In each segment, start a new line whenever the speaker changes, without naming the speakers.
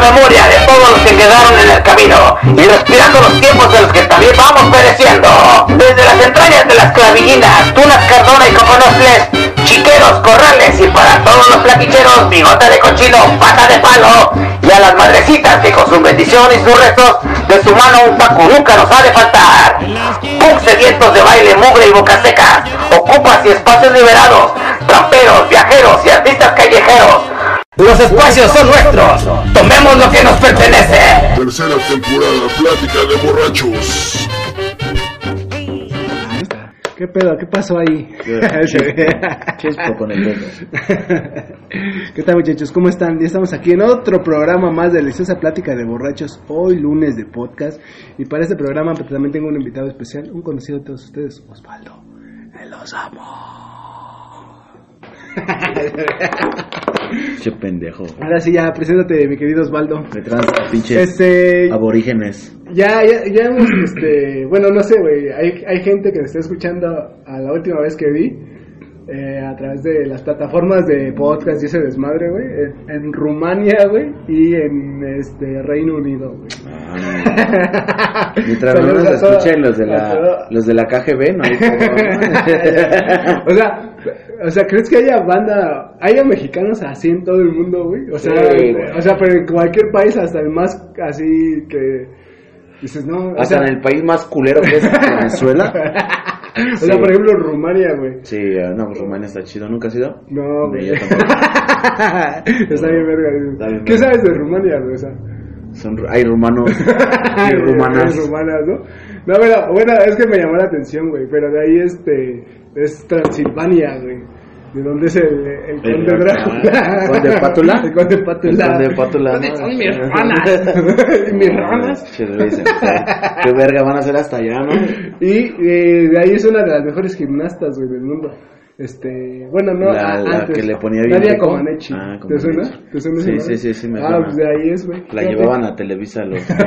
memoria de todos los que quedaron en el camino y respirando los tiempos de los que también vamos pereciendo. Desde las entrañas de las clavillinas, tunas cardona y coconocles, chiqueros, corrales y para todos los plaquicheros, bigota de cochino, pata de palo y a las madrecitas que con su bendición y sus restos de su mano un pacu nunca nos ha de faltar. Punk sedientos de baile, mugre y boca secas, ocupas y espacios liberados, tramperos, viajeros y artistas callejeros. Los espacios son nuestros. Tomemos lo que nos pertenece.
Tercera temporada, plática de borrachos.
¿Qué pedo? ¿Qué pasó ahí?
Chespo con el dedo.
¿Qué tal muchachos? ¿Cómo están? Ya estamos aquí en otro programa más de Deliciosa Plática de Borrachos, hoy lunes de podcast. Y para este programa pues, también tengo un invitado especial, un conocido de todos ustedes, Osvaldo. Los amo.
Che pendejo.
Ahora sí, ya, preséntate, mi querido Osvaldo.
Me tranza, pinches
Este,
aborígenes.
ya, ya, ya hemos, este, bueno, no sé, güey, hay, hay gente que me está escuchando a la última vez que vi, eh, a través de las plataformas de podcast y ese desmadre, güey, en, en Rumania, güey, y en, este, Reino Unido, güey.
Mientras no
Saludos
nos
a todos.
escuchen los de
A todos.
la, los de la KGB, no hay
o sea, o sea, ¿crees que haya banda, haya mexicanos así en todo el mundo, güey? O sea,
Sí, güey.
o sea, pero en cualquier país, hasta el más así que dices, no, o
Hasta
sea,
en el país más culero que es Venezuela.
o sea,
sí.
por ejemplo, Rumania, güey.
Sí, eh, no, pues Rumania está chido. ¿Nunca has ido?
No, güey.
Yo tampoco.
Está bien verga. güey.
Está bien
¿Qué
verga.
sabes de Rumania, güey? O sea,
Son, ru- hay rumanos y rumanas.
de rumanas, ¿no? No, pero bueno, es que me llamó la atención, güey, pero de ahí este es Transilvania, güey. ¿De dónde es el, el
El-
conde Drácula?
¿El conde Pátula?
El conde Pátula.
El conde Pátula, ¿no?
son mis ranas? mis ranas.
Che, le dicen, o sea, Qué verga van a hacer hasta allá, ¿no?
Y eh, de ahí es una de las mejores gimnastas, güey, del mundo. Este, bueno, no,
La-
a-
la
antes,
que le ponía bien
Nadia
rico.
Comaneci.
Ah,
¿Te
Comaneci.
suena? ¿Te suena ese
Sí,
nombre?
sí, sí, sí, me
Ah,
suena.
pues de ahí es, güey.
La
Fíjate.
llevaban a Televisa los Olímpicos.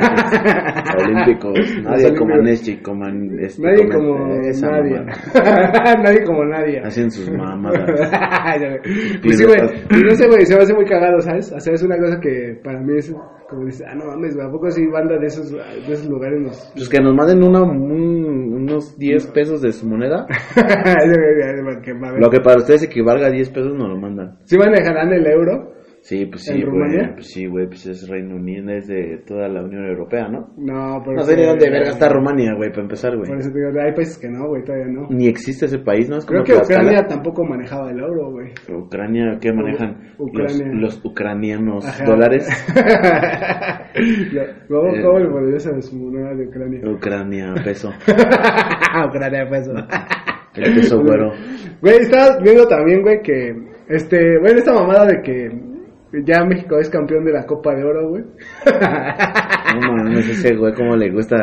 Nadie
Olímpicos.
como Aneshi, como en- este,
Nadie
como
como
en- esa
nadie.
mamada.
nadie como nadie.
Hacen sus mamadas.
Ya, güey. Pues sí, güey. Pues No sé, güey. Se me hace muy cagado, ¿sabes? O sea, es una cosa que para mí es como dices, ah, no mames, güey. ¿A poco así banda de esos, de esos lugares nos.
Pues que nos manden una, un- unos 10 pesos de su moneda. Lo que para ustedes equivalga a 10 pesos nos lo mandan.
Si manejarán el euro.
Sí, pues
¿En
sí, güey.
Rumania?
Pues sí, güey, pues es Reino Unido, es de toda la Unión Europea, ¿no?
No, pero.
No sé ni dónde verga está Rumania, güey, para empezar, güey.
Por eso te digo, hay países que no, güey, todavía no.
Ni existe ese país, ¿no? Es
Pues Creo
como
que
Tlaxcala.
Ucrania tampoco manejaba el euro, güey.
Ucrania, ¿qué manejan?
U- Ucrania.
Los, los ucranianos
Ajá.
dólares.
Ya, ¿Cómo,
Eh.
cómo le volvió esa su moneda de Ucrania?
Ucrania, peso.
Ucrania, pues.
El peso güero.
Güey, estabas viendo también, güey, que. Este, bueno, esta mamada de que ya México es campeón de la Copa de Oro, güey.
No mames, ese güey, cómo le gusta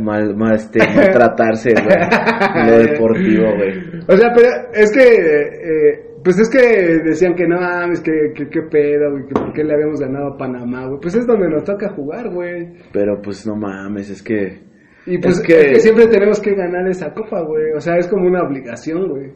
mal, mal, este, maltratarse, güey. Lo deportivo, güey.
O sea, pero es que. eh, pues es que decían que no mames, que, que, que pedo, güey, que por qué le habíamos ganado a Panamá, güey. Pues es donde nos toca jugar, güey.
Pero pues no mames, es que.
Y pues
Es
que...
que-
es que siempre tenemos que ganar esa copa, güey. O sea, es como una obligación, güey.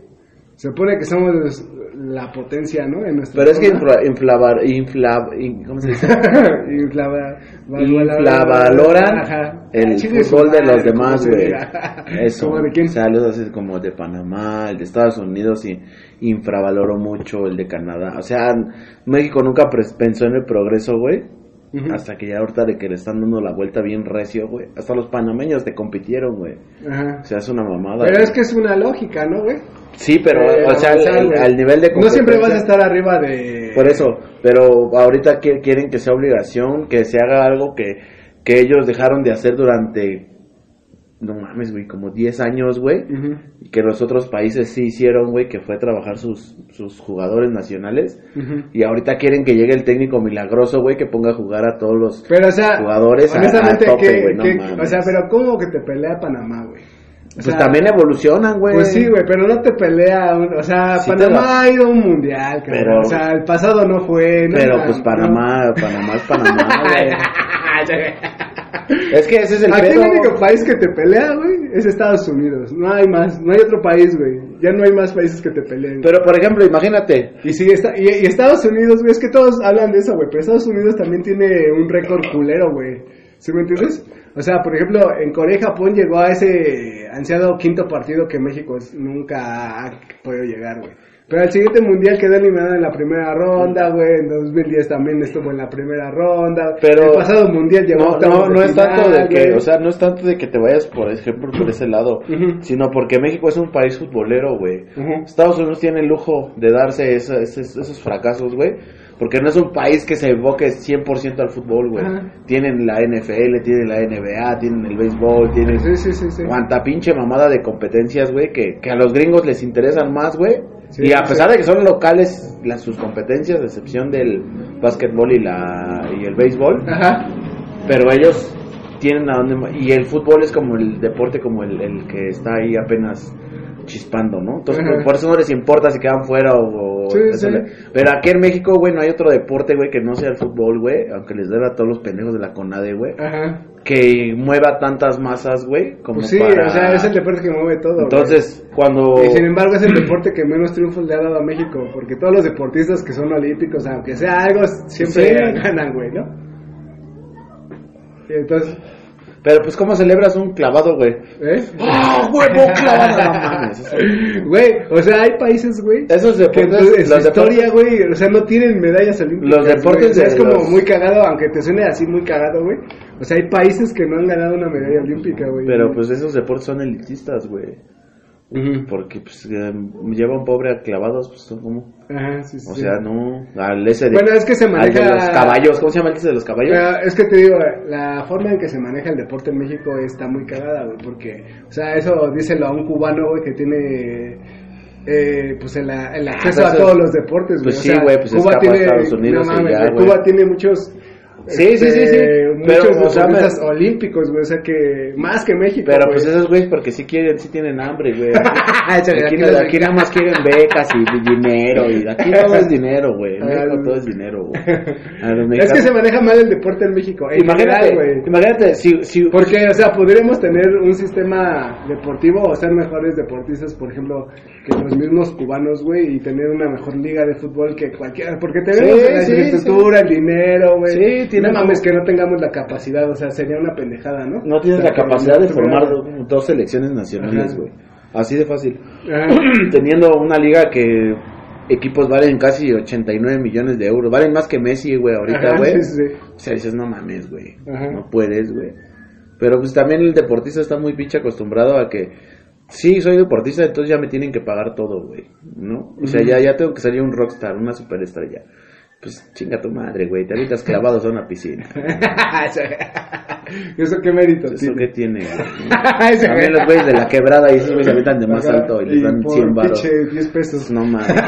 Se supone que somos la potencia, ¿no? En nuestra
Pero es que
zona.
infla, inflavar, infla, in- ¿cómo se dice?
Inflava- Ajá.
Inflavaloran
Ah,
el
chingue su
fútbol de
madre,
los demás,
¿cómo se
güey.
diga?
Eso.
¿Cómo de quién?
O sea, los haces como de Panamá, el de Estados Unidos, y infravaloró mucho el de Canadá. O sea, México nunca pres- pensó en el progreso, güey.
Ujú.
Hasta que ya ahorita de que le están dando la vuelta bien recio, güey. Hasta los panameños te compitieron, güey.
Ajá.
O sea, es una mamada.
Pero
güey.
es que es una lógica, ¿no, güey?
Sí, pero,
Eh,
o sea, al,
avanzar,
al-
güey.
al nivel de
No siempre vas a
competencia-
estar arriba de...
Por eso, pero ahorita qui- quieren que sea obligación, que se haga algo que, que ellos dejaron de hacer durante, no mames, güey, como 10 años, güey,
Ujú.
y que los otros países sí hicieron, güey, que fue trabajar sus, sus jugadores nacionales,
Ujú.
y ahorita quieren que llegue el técnico milagroso, güey, que ponga a jugar a todos los...
Pero, o sea,
Jugadores a-
honestamente,
a tope,
¿qué-
güey, no
qué-
mames.
o sea, pero ¿cómo que te pelea Panamá, güey? O
Pues
sea,
también evolucionan, güey.
Pues sí, güey, pero no te pelea, un- o sea,
Sí te
Panamá
lo-
ha ido a un mundial, cabrón,
Pero-
o sea, el pasado no fue, no,
Pero
man,
pues
no.
Panamá, Panamá es Panamá, güey. Es que ese es el
Aquí
pedo.
el único país que te pelea, güey, es Estados Unidos. No hay más, no hay otro país, güey. Ya no hay más países que te peleen.
Pero por ejemplo, imagínate,
Y sí, está, y, y Estados Unidos, güey, es que todos hablan de eso, güey, pero Estados Unidos también tiene un récord culero, güey. ¿Sí me entiendes? O sea, por ejemplo, en Corea y Japón llegó a ese ansiado quinto partido que México es- nunca ha podido llegar, güey. Pero el siguiente mundial quedó eliminado en la primera
Mm.
ronda, güey. En 2010 también estuvo en la primera ronda.
Pero-
el pasado mundial llegó a
no,
octavos
no, no es
final,
tanto de que,
güey.
o sea, no es tanto de que te vayas por ejemplo por ese lado,
Ujú.
sino porque México es un país futbolero, güey.
Ujú.
Estados Unidos tiene el lujo de darse esa- esos, esos fracasos, güey, porque no es un país que se evoque 100% al fútbol, güey.
Ajá.
Tienen la NFL, tienen la NBA, tienen el béisbol, tienen
Sí, sí, sí, sí.
cuanta pinche mamada de competencias, güey, que, que a los gringos les interesan más, güey.
Sí,
y a
sí.
pesar de que son locales las, sus competencias, de excepción del básquetbol y, la, y el béisbol,
Ajá.
pero ellos tienen a dónde ma- y el fútbol es como el deporte como el, el que está ahí apenas chispando, ¿no? Entonces
Ajá.
por eso no les importa si quedan fuera o, o-
Sí,
eso
sí.
le- pero aquí en México, güey, no hay otro deporte, güey, que no sea el fútbol, güey, aunque les den a todos los pendejos de la CONADE, güey,
Ajá.
que mueva tantas masas, güey, como
Pues sí,
para-
o sea, es el deporte que mueve todo. güey.
Entonces, cuando
Y sin embargo es el deporte que menos triunfos le ha dado a México, porque todos los deportistas que son olímpicos, aunque sea algo, siempre
Sí.
ganan, güey, ¿no? Y entonces,
pero pues cómo celebras un clavado, güey?
¿eh?
¡Ah, huevo clavado! No mames, eso-
Güey, o sea, hay países, güey,
Esos
que
deportes,
entonces,
los
su historia,
deportes-
güey, o sea, no tienen medallas olímpicas.
Los deportes
güey. O sea,
de
es como
los-
muy cagado, aunque te suene así muy cagado, güey. O sea, hay países que no han ganado una medalla olímpica, güey.
Pero pues esos deportes son elitistas, güey.
Ujú.
Porque pues eh, lleva un pobre a clavados, pues son como.
Ajá, sí, sí.
O sea, no. Al ese de,
Bueno, es que se
al
maneja-
de los caballos. ¿Cómo se llama el ese de los caballos?
Pero es que te digo, la forma en que se maneja el deporte en México está muy cagada, güey, porque, o sea, eso díselo a un cubano, güey, que tiene, eh, pues, el, a- el acceso a
pues,
todos los deportes,
pues
o
sí,
sea,
güey, pues, escapa a Estados Unidos
no
y
mames,
ya,
güey,
güey.
Cuba tiene muchos... este,
Sí, sí, sí, sí.
Muchos
Pero, o sea,
deportistas
me-
olímpicos, güey, o sea que más que México.
Pero
güey.
pues esos güeyes, porque sí quieren, sí tienen hambre, güey.
Échale,
aquí,
aquí
no-
los-
aquí nada más quieren becas y dinero. Y aquí todo es dinero, güey. En México todo es dinero, güey. A los
Es que
mexicanos-
se maneja mal el deporte en México. en
Imagínate,
general, güey.
imagínate, si, si,
Porque, o sea, podríamos tener un sistema deportivo o ser mejores deportistas, por ejemplo, que los mismos cubanos, güey, y tener una mejor liga de fútbol que cualquiera. Porque tenemos
Sí,
la
sí,
infraestructura, el dinero, güey.
Sí, tiene
No
como-
mames que no tengamos la capacidad, o sea, sería una pendejada, ¿no?
no tienes
O sea,
la
que
capacidad
no
de
tuviera-
formar do- dos selecciones nacionales,
Ajá.
güey. Así de fácil.
Ajá.
teniendo una liga que equipos valen casi 89 millones de euros, valen más que Messi, güey, ahorita,
Ajá,
güey.
sí, sí, sí.
O sea, dices, no mames, güey,
Ajá.
no puedes, güey. Pero pues también el deportista está muy pinche acostumbrado a que, sí, soy deportista, entonces ya me tienen que pagar todo, güey, ¿no? O sea,
Ujú.
ya, ya tengo que salir un rockstar, una superestrella. Pues chinga tu madre, güey, te avientas clavados a una piscina. Pues,
Eso qué mérito
¿Eso
tiene.
qué tiene? güey?
Ese güey.
También los güeyes de la quebrada y esos güeyes se avientan de más
Ajá,
alto y les dan
por
100 baros.
pinche 10 pesos.
No mames.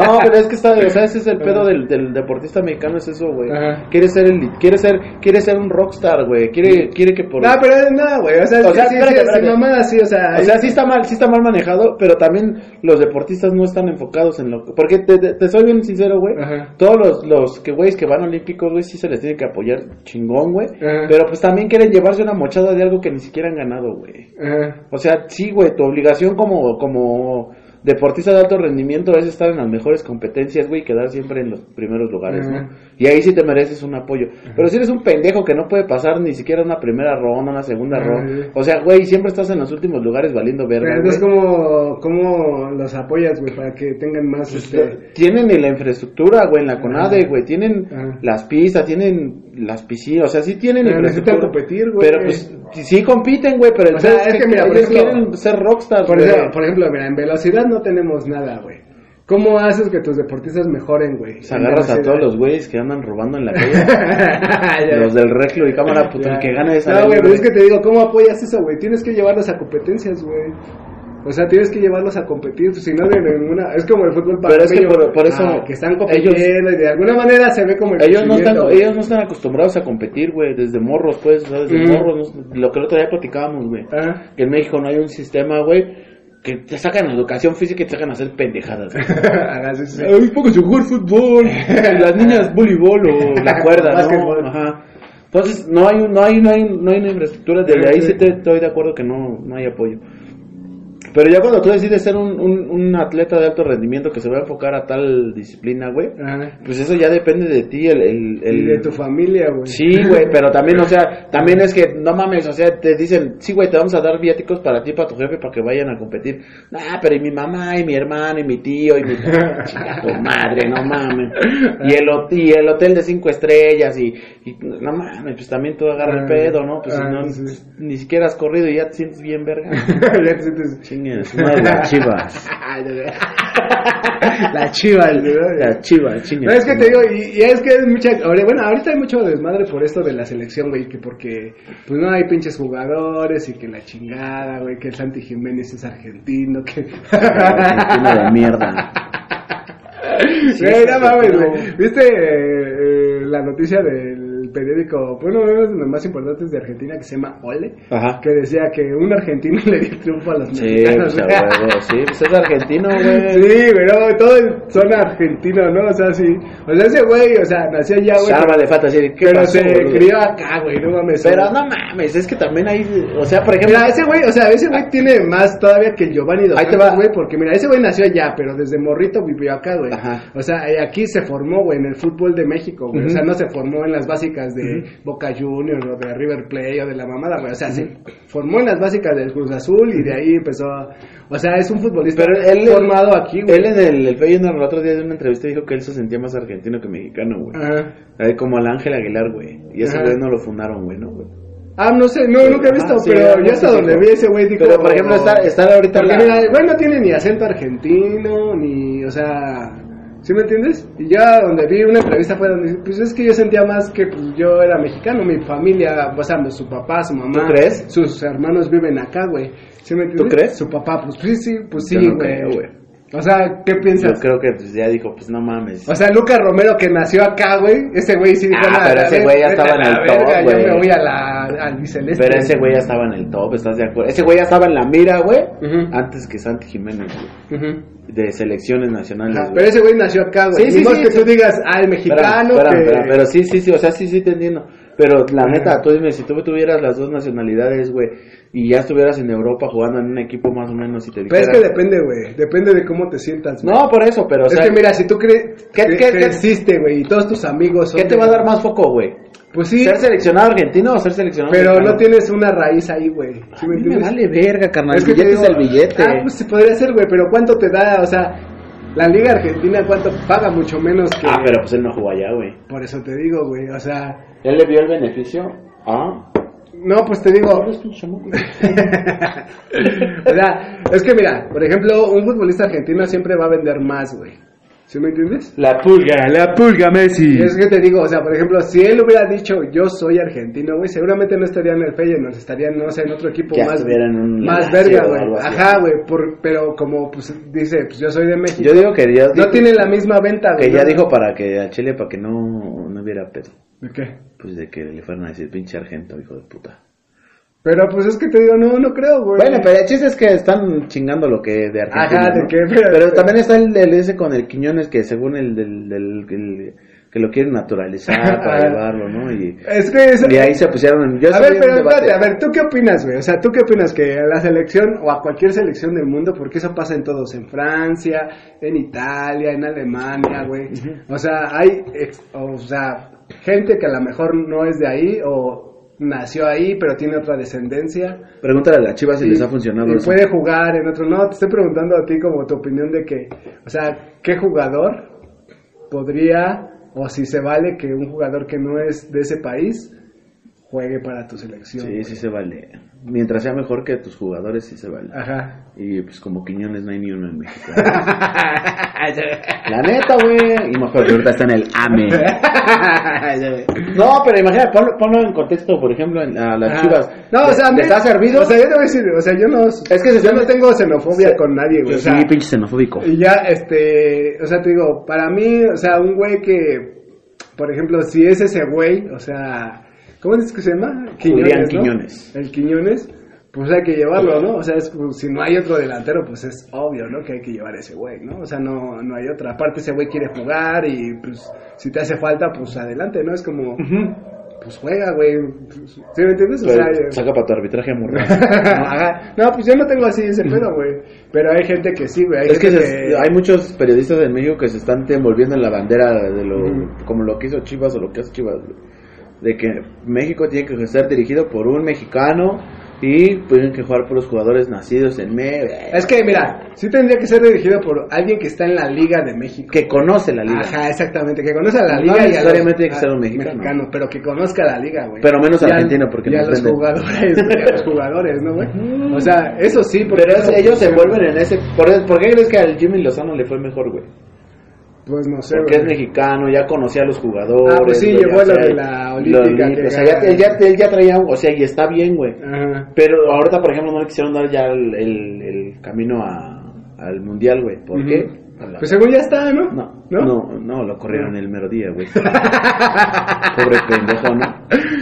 No, pero es que está, o sea, ese es el pedo del, del deportista mexicano, es eso, güey.
Ajá.
Quiere ser el, quiere ser, quiere ser un rockstar, güey. Quiere, quiere que por.
No, pero no, güey, o sea, es
O
que
sea,
sí,
espérate,
sí,
espérate.
sí, mamada, sí, o sea,
o sea, sí está mal, sí está mal manejado, pero también los deportistas no están enfocados en lo porque te, te- te soy bien sincero, güey.
Ajá.
Todos los, los que güeyes que van a olímpicos, güey, sí se les tiene que apoyar chingón, güey.
Ajá.
Pero pues también quieren llevarse una mochada de algo que ni siquiera han ganado, güey.
Ajá.
O sea, sí, güey, tu obligación como, como deportista de alto rendimiento es estar en las mejores competencias, güey, y quedar siempre en los primeros lugares,
Ajá.
¿no? Y ahí sí te mereces un apoyo. Pero si eres un pendejo que no puede pasar ni siquiera una primera ronda, una segunda
Ajá.
ronda. O sea, güey, siempre estás en los últimos lugares valiendo
Pero
verga.
entonces,
güey.
¿cómo, ¿cómo los apoyas, güey? Para que tengan más.
Pues,
este,
Tienen la infraestructura, güey, en la CONADE,
Ajá.
güey. Tienen
Ajá.
las pistas, tienen las piscinas, o sea, sí tienen
Pero necesitan
infraestructura.
competir, güey.
Pero pues sí- sí compiten, güey, pero
O sea,
entonces
es que mira, por
ellos
ejemplo-
quieren ser rockstars,
por,
güey.
ejemplo, por ejemplo, mira, en velocidad no tenemos nada, güey. ¿Cómo haces que tus deportistas mejoren, güey?
Pues agarras a todos los güeyes que andan robando en la calle. los del reclo y cámara, puto, el que gana esa.
No, güey, pero es que te digo, ¿cómo apoyas eso, güey? Tienes que llevarlos a competencias, güey. O sea, tienes que llevarlos a competir, pues, si no de ninguna... Es como el fútbol
Pero es que
panameño,
por- por eso
ah, que están compitiendo y de alguna manera se ve como el
Ellos no, están,
crecimiento, güey.
ellos no están acostumbrados a competir, güey, desde morros, pues, o sea, desde
Mm.
morros, no- lo que el otro día platicábamos, güey,
Ajá.
que en México no hay un sistema, güey, que te sacan educación física y te sacan a hacer pendejadas, güey.
Ajá, sí, sí.
Ay, pónganse a jugar fútbol, las niñas voleibol o la cuerda, ¿no?
Básquetbol.
Ajá. Entonces, no hay, no hay, no hay, no hay una infraestructura. Desde
Sí,
ahí
sí.
sí te- estoy de acuerdo que no, no hay apoyo. Pero ya cuando tú decides ser un, un, un atleta de alto rendimiento que se va a enfocar a tal disciplina, güey,
Ajá.
pues eso ya depende de ti, el... el, el-
Y de tu familia, güey.
Sí, güey, pero también, o sea, también es que, no mames, o sea, te dicen, sí, güey, te vamos a dar viáticos para ti, para tu jefe, para que vayan a competir. Ah, pero y mi mamá, y mi hermano, y mi tío, y mi... Chinga tu madre, no mames. Y el, hot- y el hotel de cinco estrellas, y, y no mames, pues también tú agarras el
Ah,
pedo, ¿no? Pues si
ah,
no,
sí.
ni siquiera has corrido y ya te sientes bien verga.
ya te sientes
Chingue, su madre, las chivas.
La chiva, ¿verdad?
Las chivas, chingue.
No, es que
su
te
madre.
digo, y, y es que es mucha... ahora- Bueno, ahorita hay mucho desmadre por esto de la selección, güey, que porque pues no hay pinches jugadores y que la chingada, güey, que el Santi Jiménez es argentino, que...
Argentina de mierda. Sí,
Güey,
está
no mames,
argentino.
güey. ¿Viste eh, eh, la noticia del periódico, bueno, uno de los más importantes de Argentina que se llama Ole?
Ajá.
Que decía que un argentino le dio triunfo a los
Sí,
mexicanos.
pues a huevo, sí, pues es argentino, güey.
Sí, pero todo el son argentino, ¿no? O sea, sí. O sea, ese güey, o sea, nació allá, güey.
Sarva de falta decir, ¿qué
Pero
pasó,
se
boludo?
crió acá, güey, no mames.
Pero
güey.
no mames, es que también hay, o sea, por ejemplo,
Mira, ese güey, o sea, ese güey tiene más todavía que el Giovanni Dos
Ahí te
Santos,
va.
güey, porque mira, ese güey nació allá, pero desde morrito vivió acá, güey.
Ajá.
O sea, eh, aquí se formó, güey, en el fútbol de México, güey. O sea,
Ujú.
no se formó en las básicas de Boca Juniors o de River Plate o de la mamada, güey. O sea, se formó en las básicas del Cruz Azul y de ahí empezó. O sea, es un futbolista
pero él
formado aquí, güey.
Él en el, el Feyenoord el otro día de una entrevista dijo que él se sentía más argentino que mexicano, güey.
Ajá.
Eh, Como el Ángel Aguilar, güey. Y ese
Ajá.
güey no lo fundaron, güey, ¿no, güey?
Ah, no sé, no, nunca he visto,
Ah, sí,
pero
no
yo hasta
sé,
donde
dijo.
vi ese güey dijo...
Pero, por ejemplo, estar- estar ahorita
Porque
la-
mira, el güey no tiene ni acento argentino, ni, o sea... ¿Sí me entiendes? Y ya donde vi una entrevista fue donde... Pues es que yo sentía más que pues, yo era mexicano, mi familia, o sea, su papá, su mamá...
¿Tú crees?
Sus hermanos viven acá, güey. ¿Sí me entiendes?
crees?
Su papá, pues sí, sí, pues sí,
Yo no
güey.
creo, güey.
o sea, ¿qué
Yo
piensas?
creo que pues, ya dijo, pues no mames.
O sea, Lucas Romero que nació acá, güey, ese güey sí dijo...
Ah,
"Nada,
pero
la
ese
ver-
güey ya
vete a
estaba en
la
el top,
verga, Yo
güey.
me voy a la, al biceleste.
pero ese güey ya estaba en el top, ¿estás de acuerdo? Ese güey ya estaba en la mira, güey,
Ujú.
antes que Santi Jiménez, güey.
Ujú.
De selecciones nacionales,
Ajá,
güey.
Ah, pero ese güey nació acá, güey.
Ah, Sí,
Ni
sí,
modo
sí,
que
sí.
tú digas, ah, el mexicano.
Espérame, espérame,
que-
espérame, pero sí, sí, sí, o sea, sí, sí, te entiendo. Pero la
Ajá.
neta, tú dime, si tú tuvieras las dos nacionalidades, güey, y ya estuvieras en Europa jugando en un equipo más o menos y te
Pero es
dijeras...
que depende, güey. Depende de cómo te sientas, güey.
No, por eso, pero, o sea,
es que mira, si tú crees
¿Qué-
que,
qué- qué-
existe, güey, y todos tus amigos son
¿qué te va a dar más foco, güey?
Pues sí,
¿Ser seleccionado argentino o ser seleccionado
pero no
mexicano?
tienes una raíz ahí, güey. ¿Sí
A mí me
entiendes?
vale verga, carnal,
Es
el
que te
billete es el
digo,
billete.
Ah, pues sí, podría ser, güey, pero ¿cuánto te da? O sea, la Liga Argentina, ¿cuánto paga? Mucho menos que.
Ah, pero pues él no jugó allá, güey.
Por eso te digo, güey, o sea.
Él le vio el beneficio a...
No, pues te digo, o sea, es que mira, por ejemplo, un futbolista argentino siempre va a vender más, güey. ¿Sí me entiendes?
La pulga, la pulga Messi.
Y es que te digo, o sea, por ejemplo, si él hubiera dicho yo soy argentino, güey, seguramente no estaría en el Feyenoord, estaría, no sé, en otro equipo
Ya
más,
estuviera en un
más
Lazio
verga,
o
güey.
algo así.
Ajá, güey, por- pero como pues dice, pues yo soy de México.
Yo digo que ya
no
dijo-
tiene la misma venta, güey.
que ya
¿no?
dijo para que a Chile, para que no, no hubiera pedo.
¿De qué?
Pues de que le fueran a decir pinche argento, hijo de puta.
Pero pues es que te digo, no, no creo, güey.
Bueno, pero el chiste es que están chingando lo que de Argentina.
Ajá, de
¿no?
que-
Pero, también está el, el ese con el Quiñones que según el del. del- el- que lo quieren naturalizar para llevarlo, ¿no? Y,
Es que es...
y ahí se pusieron. en- yo
a
sabía
ver,
un
pero
debate.
espérate, a ver, ¿tú qué opinas, güey? O sea, ¿tú qué opinas que a la selección o a cualquier selección del mundo, porque eso pasa en todos, en Francia, en Italia, en Alemania, güey? O sea, hay, ex- o sea, gente que a lo mejor no es de ahí o nació ahí, pero tiene otra descendencia.
Pregúntale a las chivas si
y-
les ha funcionado.
Y
eso.
puede jugar en otro. No, te estoy preguntando a ti como tu opinión de que, o sea, ¿qué jugador podría, o si se vale que un jugador que no es de ese país juegue para tu selección?
Sí,
güey?
sí se vale. Mientras sea mejor que tus jugadores, sí se vale.
Ajá.
Y pues como Quiñones no hay ni uno en México. La neta, güey. Y más porque ahorita está en el AME. No, pero imagínate, ponlo, ponlo en contexto, por ejemplo, en- a las
Ajá.
chivas.
No, o sea, a mí-
¿Les ha servido?
O sea, yo te voy a decir, o sea, yo no.
Es que se
yo no
siente-
tengo xenofobia
se-
con nadie, güey.
Yo
o
sí,
sea,
pinche xenofóbico.
Y ya, este, o sea, te digo, para mí, o sea, un güey que, por ejemplo, si es ese güey, o sea, ¿cómo es que se llama?
Julián
¿no?
Quiñones.
El Quiñones, pues hay que llevarlo, ¿no? O sea, es, pues, si no hay otro delantero, pues es obvio, ¿no? Que hay que llevar a ese güey, ¿no? O sea, no, no hay otra. Aparte, ese güey quiere jugar y, pues, si te hace falta, pues adelante, ¿no? Es como, pues juega, güey. ¿Sí me entiendes? O sea,
Pero saca para tu arbitraje morra.
Ajá. No, pues yo no tengo así ese pedo, güey. Pero hay gente que sí, güey. Hay
Es que,
gente
se- hay muchos periodistas en México que se están te- envolviendo en la bandera de lo
Ujú.
como lo que hizo Chivas o lo que hace Chivas, güey. de que México tiene que ser dirigido por un mexicano y tienen que jugar por los jugadores nacidos en México,
Es que, mira, sí tendría que ser dirigido por alguien que está en la Liga de México.
que conoce la liga,
Ajá, exactamente, que conozca la
No
liga. y a los-
necesariamente tiene que ser un
a-
mexicano.
Pero que conozca la liga, güey.
Pero menos
Y al-
argentino, porque
y a
nos
los
venden.
jugadores, güey, a los jugadores, ¿no, güey? O sea, eso sí, porque
pero es-
eso-
ellos se envuelven en ese ¿por, por qué crees que al Jimmy Lozano le fue mejor, güey?
Pues no sé,
Porque es
güey.
mexicano, ya conocía a los jugadores.
Ah, pues sí,
güey,
llegó
ya
a lo
sé,
de la Olímpica
lo-
que
o sea, ya,
gana. Ah.
él, ya, él ya traía, o sea, y está bien, güey.
Ajá.
Pero ahorita, por ejemplo, no le quisieron dar ya el, el- el camino a- al mundial, güey. ¿Por qué?
Ujú.
Por la-
Pues según ya está, ¿no?
no,
¿No?
no, no, lo corrieron el mero día, güey. Pobre pendejo, ¿no?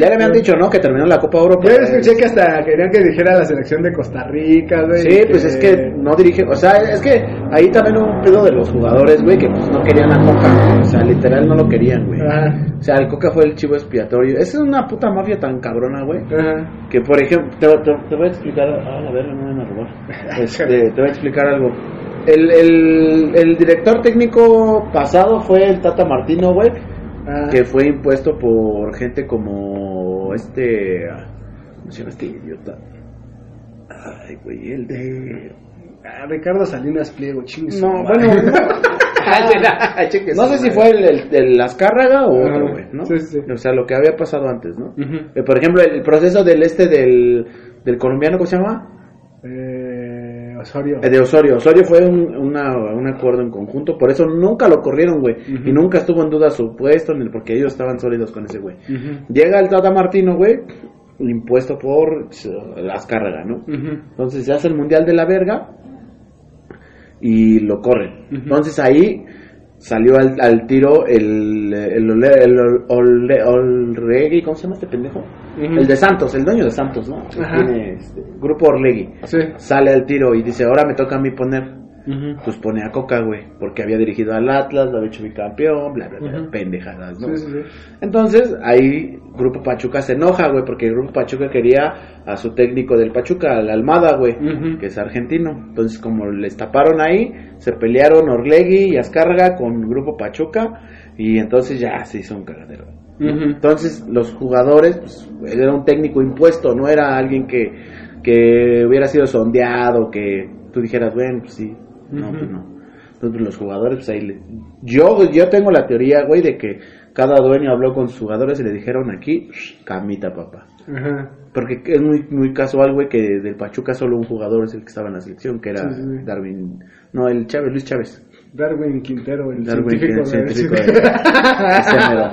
Ya le habían
Pues
dicho, ¿no? Que terminó la Copa Oro. pues,
Yo
pero-
escuché que hasta querían que dijera la selección de Costa Rica, güey.
Sí, pues es que no dirige, o sea, es que ahí también hubo un pedo de los jugadores, güey, que pues no querían a Coca, güey. o sea, literal no lo querían, güey.
Ajá.
O sea, el Coca fue el chivo expiatorio. Esa es una puta mafia tan cabrona, güey.
Ajá.
Que por ejemplo, te, te- te voy a explicar. Ah, la verga, no me van a robar. Este, te voy a explicar algo. El, el, el director técnico pasado fue el Tata Martino, güey.
Ah.
Que fue impuesto por gente como este. ¿Cómo se llama este idiota? Ay, güey, el de.
Ah, Ricardo Salinas Pliego, chingos.
No, Ah, bueno. No sé si fue el, el, el Azcárraga o
Ajá.
otro, güey, ¿no?
Ah, Sí, sí, sí.
O sea, lo que había pasado antes, ¿no? Eh, Por ejemplo, el proceso del este del, del colombiano, ¿cómo se llama?
Eh, Osorio.
Eh, De Osorio. Osorio fue un, una- un acuerdo en conjunto, por eso nunca lo corrieron, güey. Y nunca estuvo en duda su puesto, ni- porque ellos estaban sólidos con ese güey.
Ujú.
Llega el Tata Martino, güey, impuesto por eh, las cargas, ¿no?
Ujú.
Entonces se hace el Mundial de la Verga y lo corren. Entonces ahí salió al, al tiro el, el, Ole- el, Ole- Orlegui, ¿cómo se llama este pendejo?
Ujú.
El de Santos, el dueño de Santos, ¿no? Que
Ajá.
tiene, este, grupo Orlegui.
Sí.
Sale al tiro y dice, ahora me toca a mí poner. Pues pone a Coca, güey, porque había dirigido al Atlas, lo había hecho bicampeón, bla, bla, bla,
Ujú.
pendejadas,
Sí,
¿no?
sí, sí.
Entonces, ahí Grupo Pachuca se enoja, güey, porque el Grupo Pachuca quería a su técnico del Pachuca, al Almada, güey,
Ujú.
que es argentino. Entonces, como les taparon ahí, se pelearon Orlegui y Azcárraga con Grupo Pachuca, y entonces ya se hizo un cagadero. Entonces, los jugadores, pues, él era un técnico impuesto, no era alguien que, que hubiera sido sondeado, que tú dijeras, bueno, pues sí, no,
Ujú.
pues no. Entonces, pues, los jugadores, pues ahí le- Yo, yo tengo la teoría, güey, de que cada dueño habló con sus jugadores y le dijeron aquí, "Shh, camita, papá.
Ajá.
Porque es muy, muy casual, güey, que del Pachuca solo un jugador es el que estaba en la selección, que era
Sí, sí, sí.
Darwin... No, el Chávez, Luis Chávez.
Darwin Quintero, el
Darwin, que
científico.
era científico
de-
de- este mero.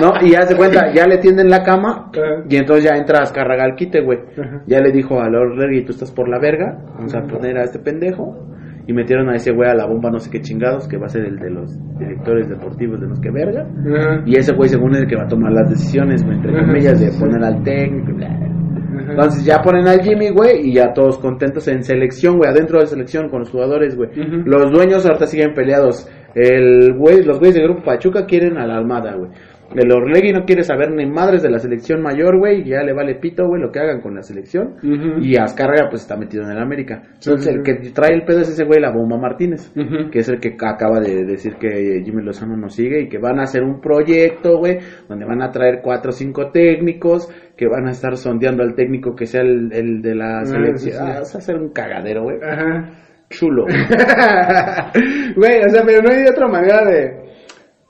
No, y ya se cuenta, ya le tienden la cama
Ajá.
y entonces ya entra Azcárraga al quite, güey.
Ajá.
Ya le dijo a Lord Reggie, tú estás por la verga, vamos a poner a este pendejo. Y metieron a ese güey a la bomba no sé qué chingados, que va a ser el de los directores deportivos de los que verga.
Ajá.
Y ese güey según es el que va a tomar las decisiones, güey, entre
Ajá,
comillas,
sí,
de
sí.
poner al técnico. y bla.
Ajá.
Entonces ya ponen al Jimmy, güey, y ya todos contentos en selección, güey, adentro de selección con los jugadores, güey.
Ujú.
Los dueños ahorita siguen peleados. El güey, los güeyes del grupo Pachuca quieren a la Almada, güey. El Orlegui no quiere saber ni madres de la selección mayor, güey, y ya le vale pito, güey, lo que hagan con la selección.
Ujú.
Y Azcárraga, pues, está metido en el América.
Sí,
Entonces,
sí,
el
sí.
que trae el pedo es ese güey, la bomba Martínez,
Ujú.
que es el que acaba de decir que Jimmy Lozano nos sigue y que van a hacer un proyecto, güey, donde van a traer cuatro o cinco técnicos, que van a estar sondeando al técnico que sea el, el de la
Ah, sí, Ah.
selección.
sí.
Ah, vas a hacer un cagadero, güey.
Ajá.
Chulo.
Güey, o sea, pero no hay otra manera de.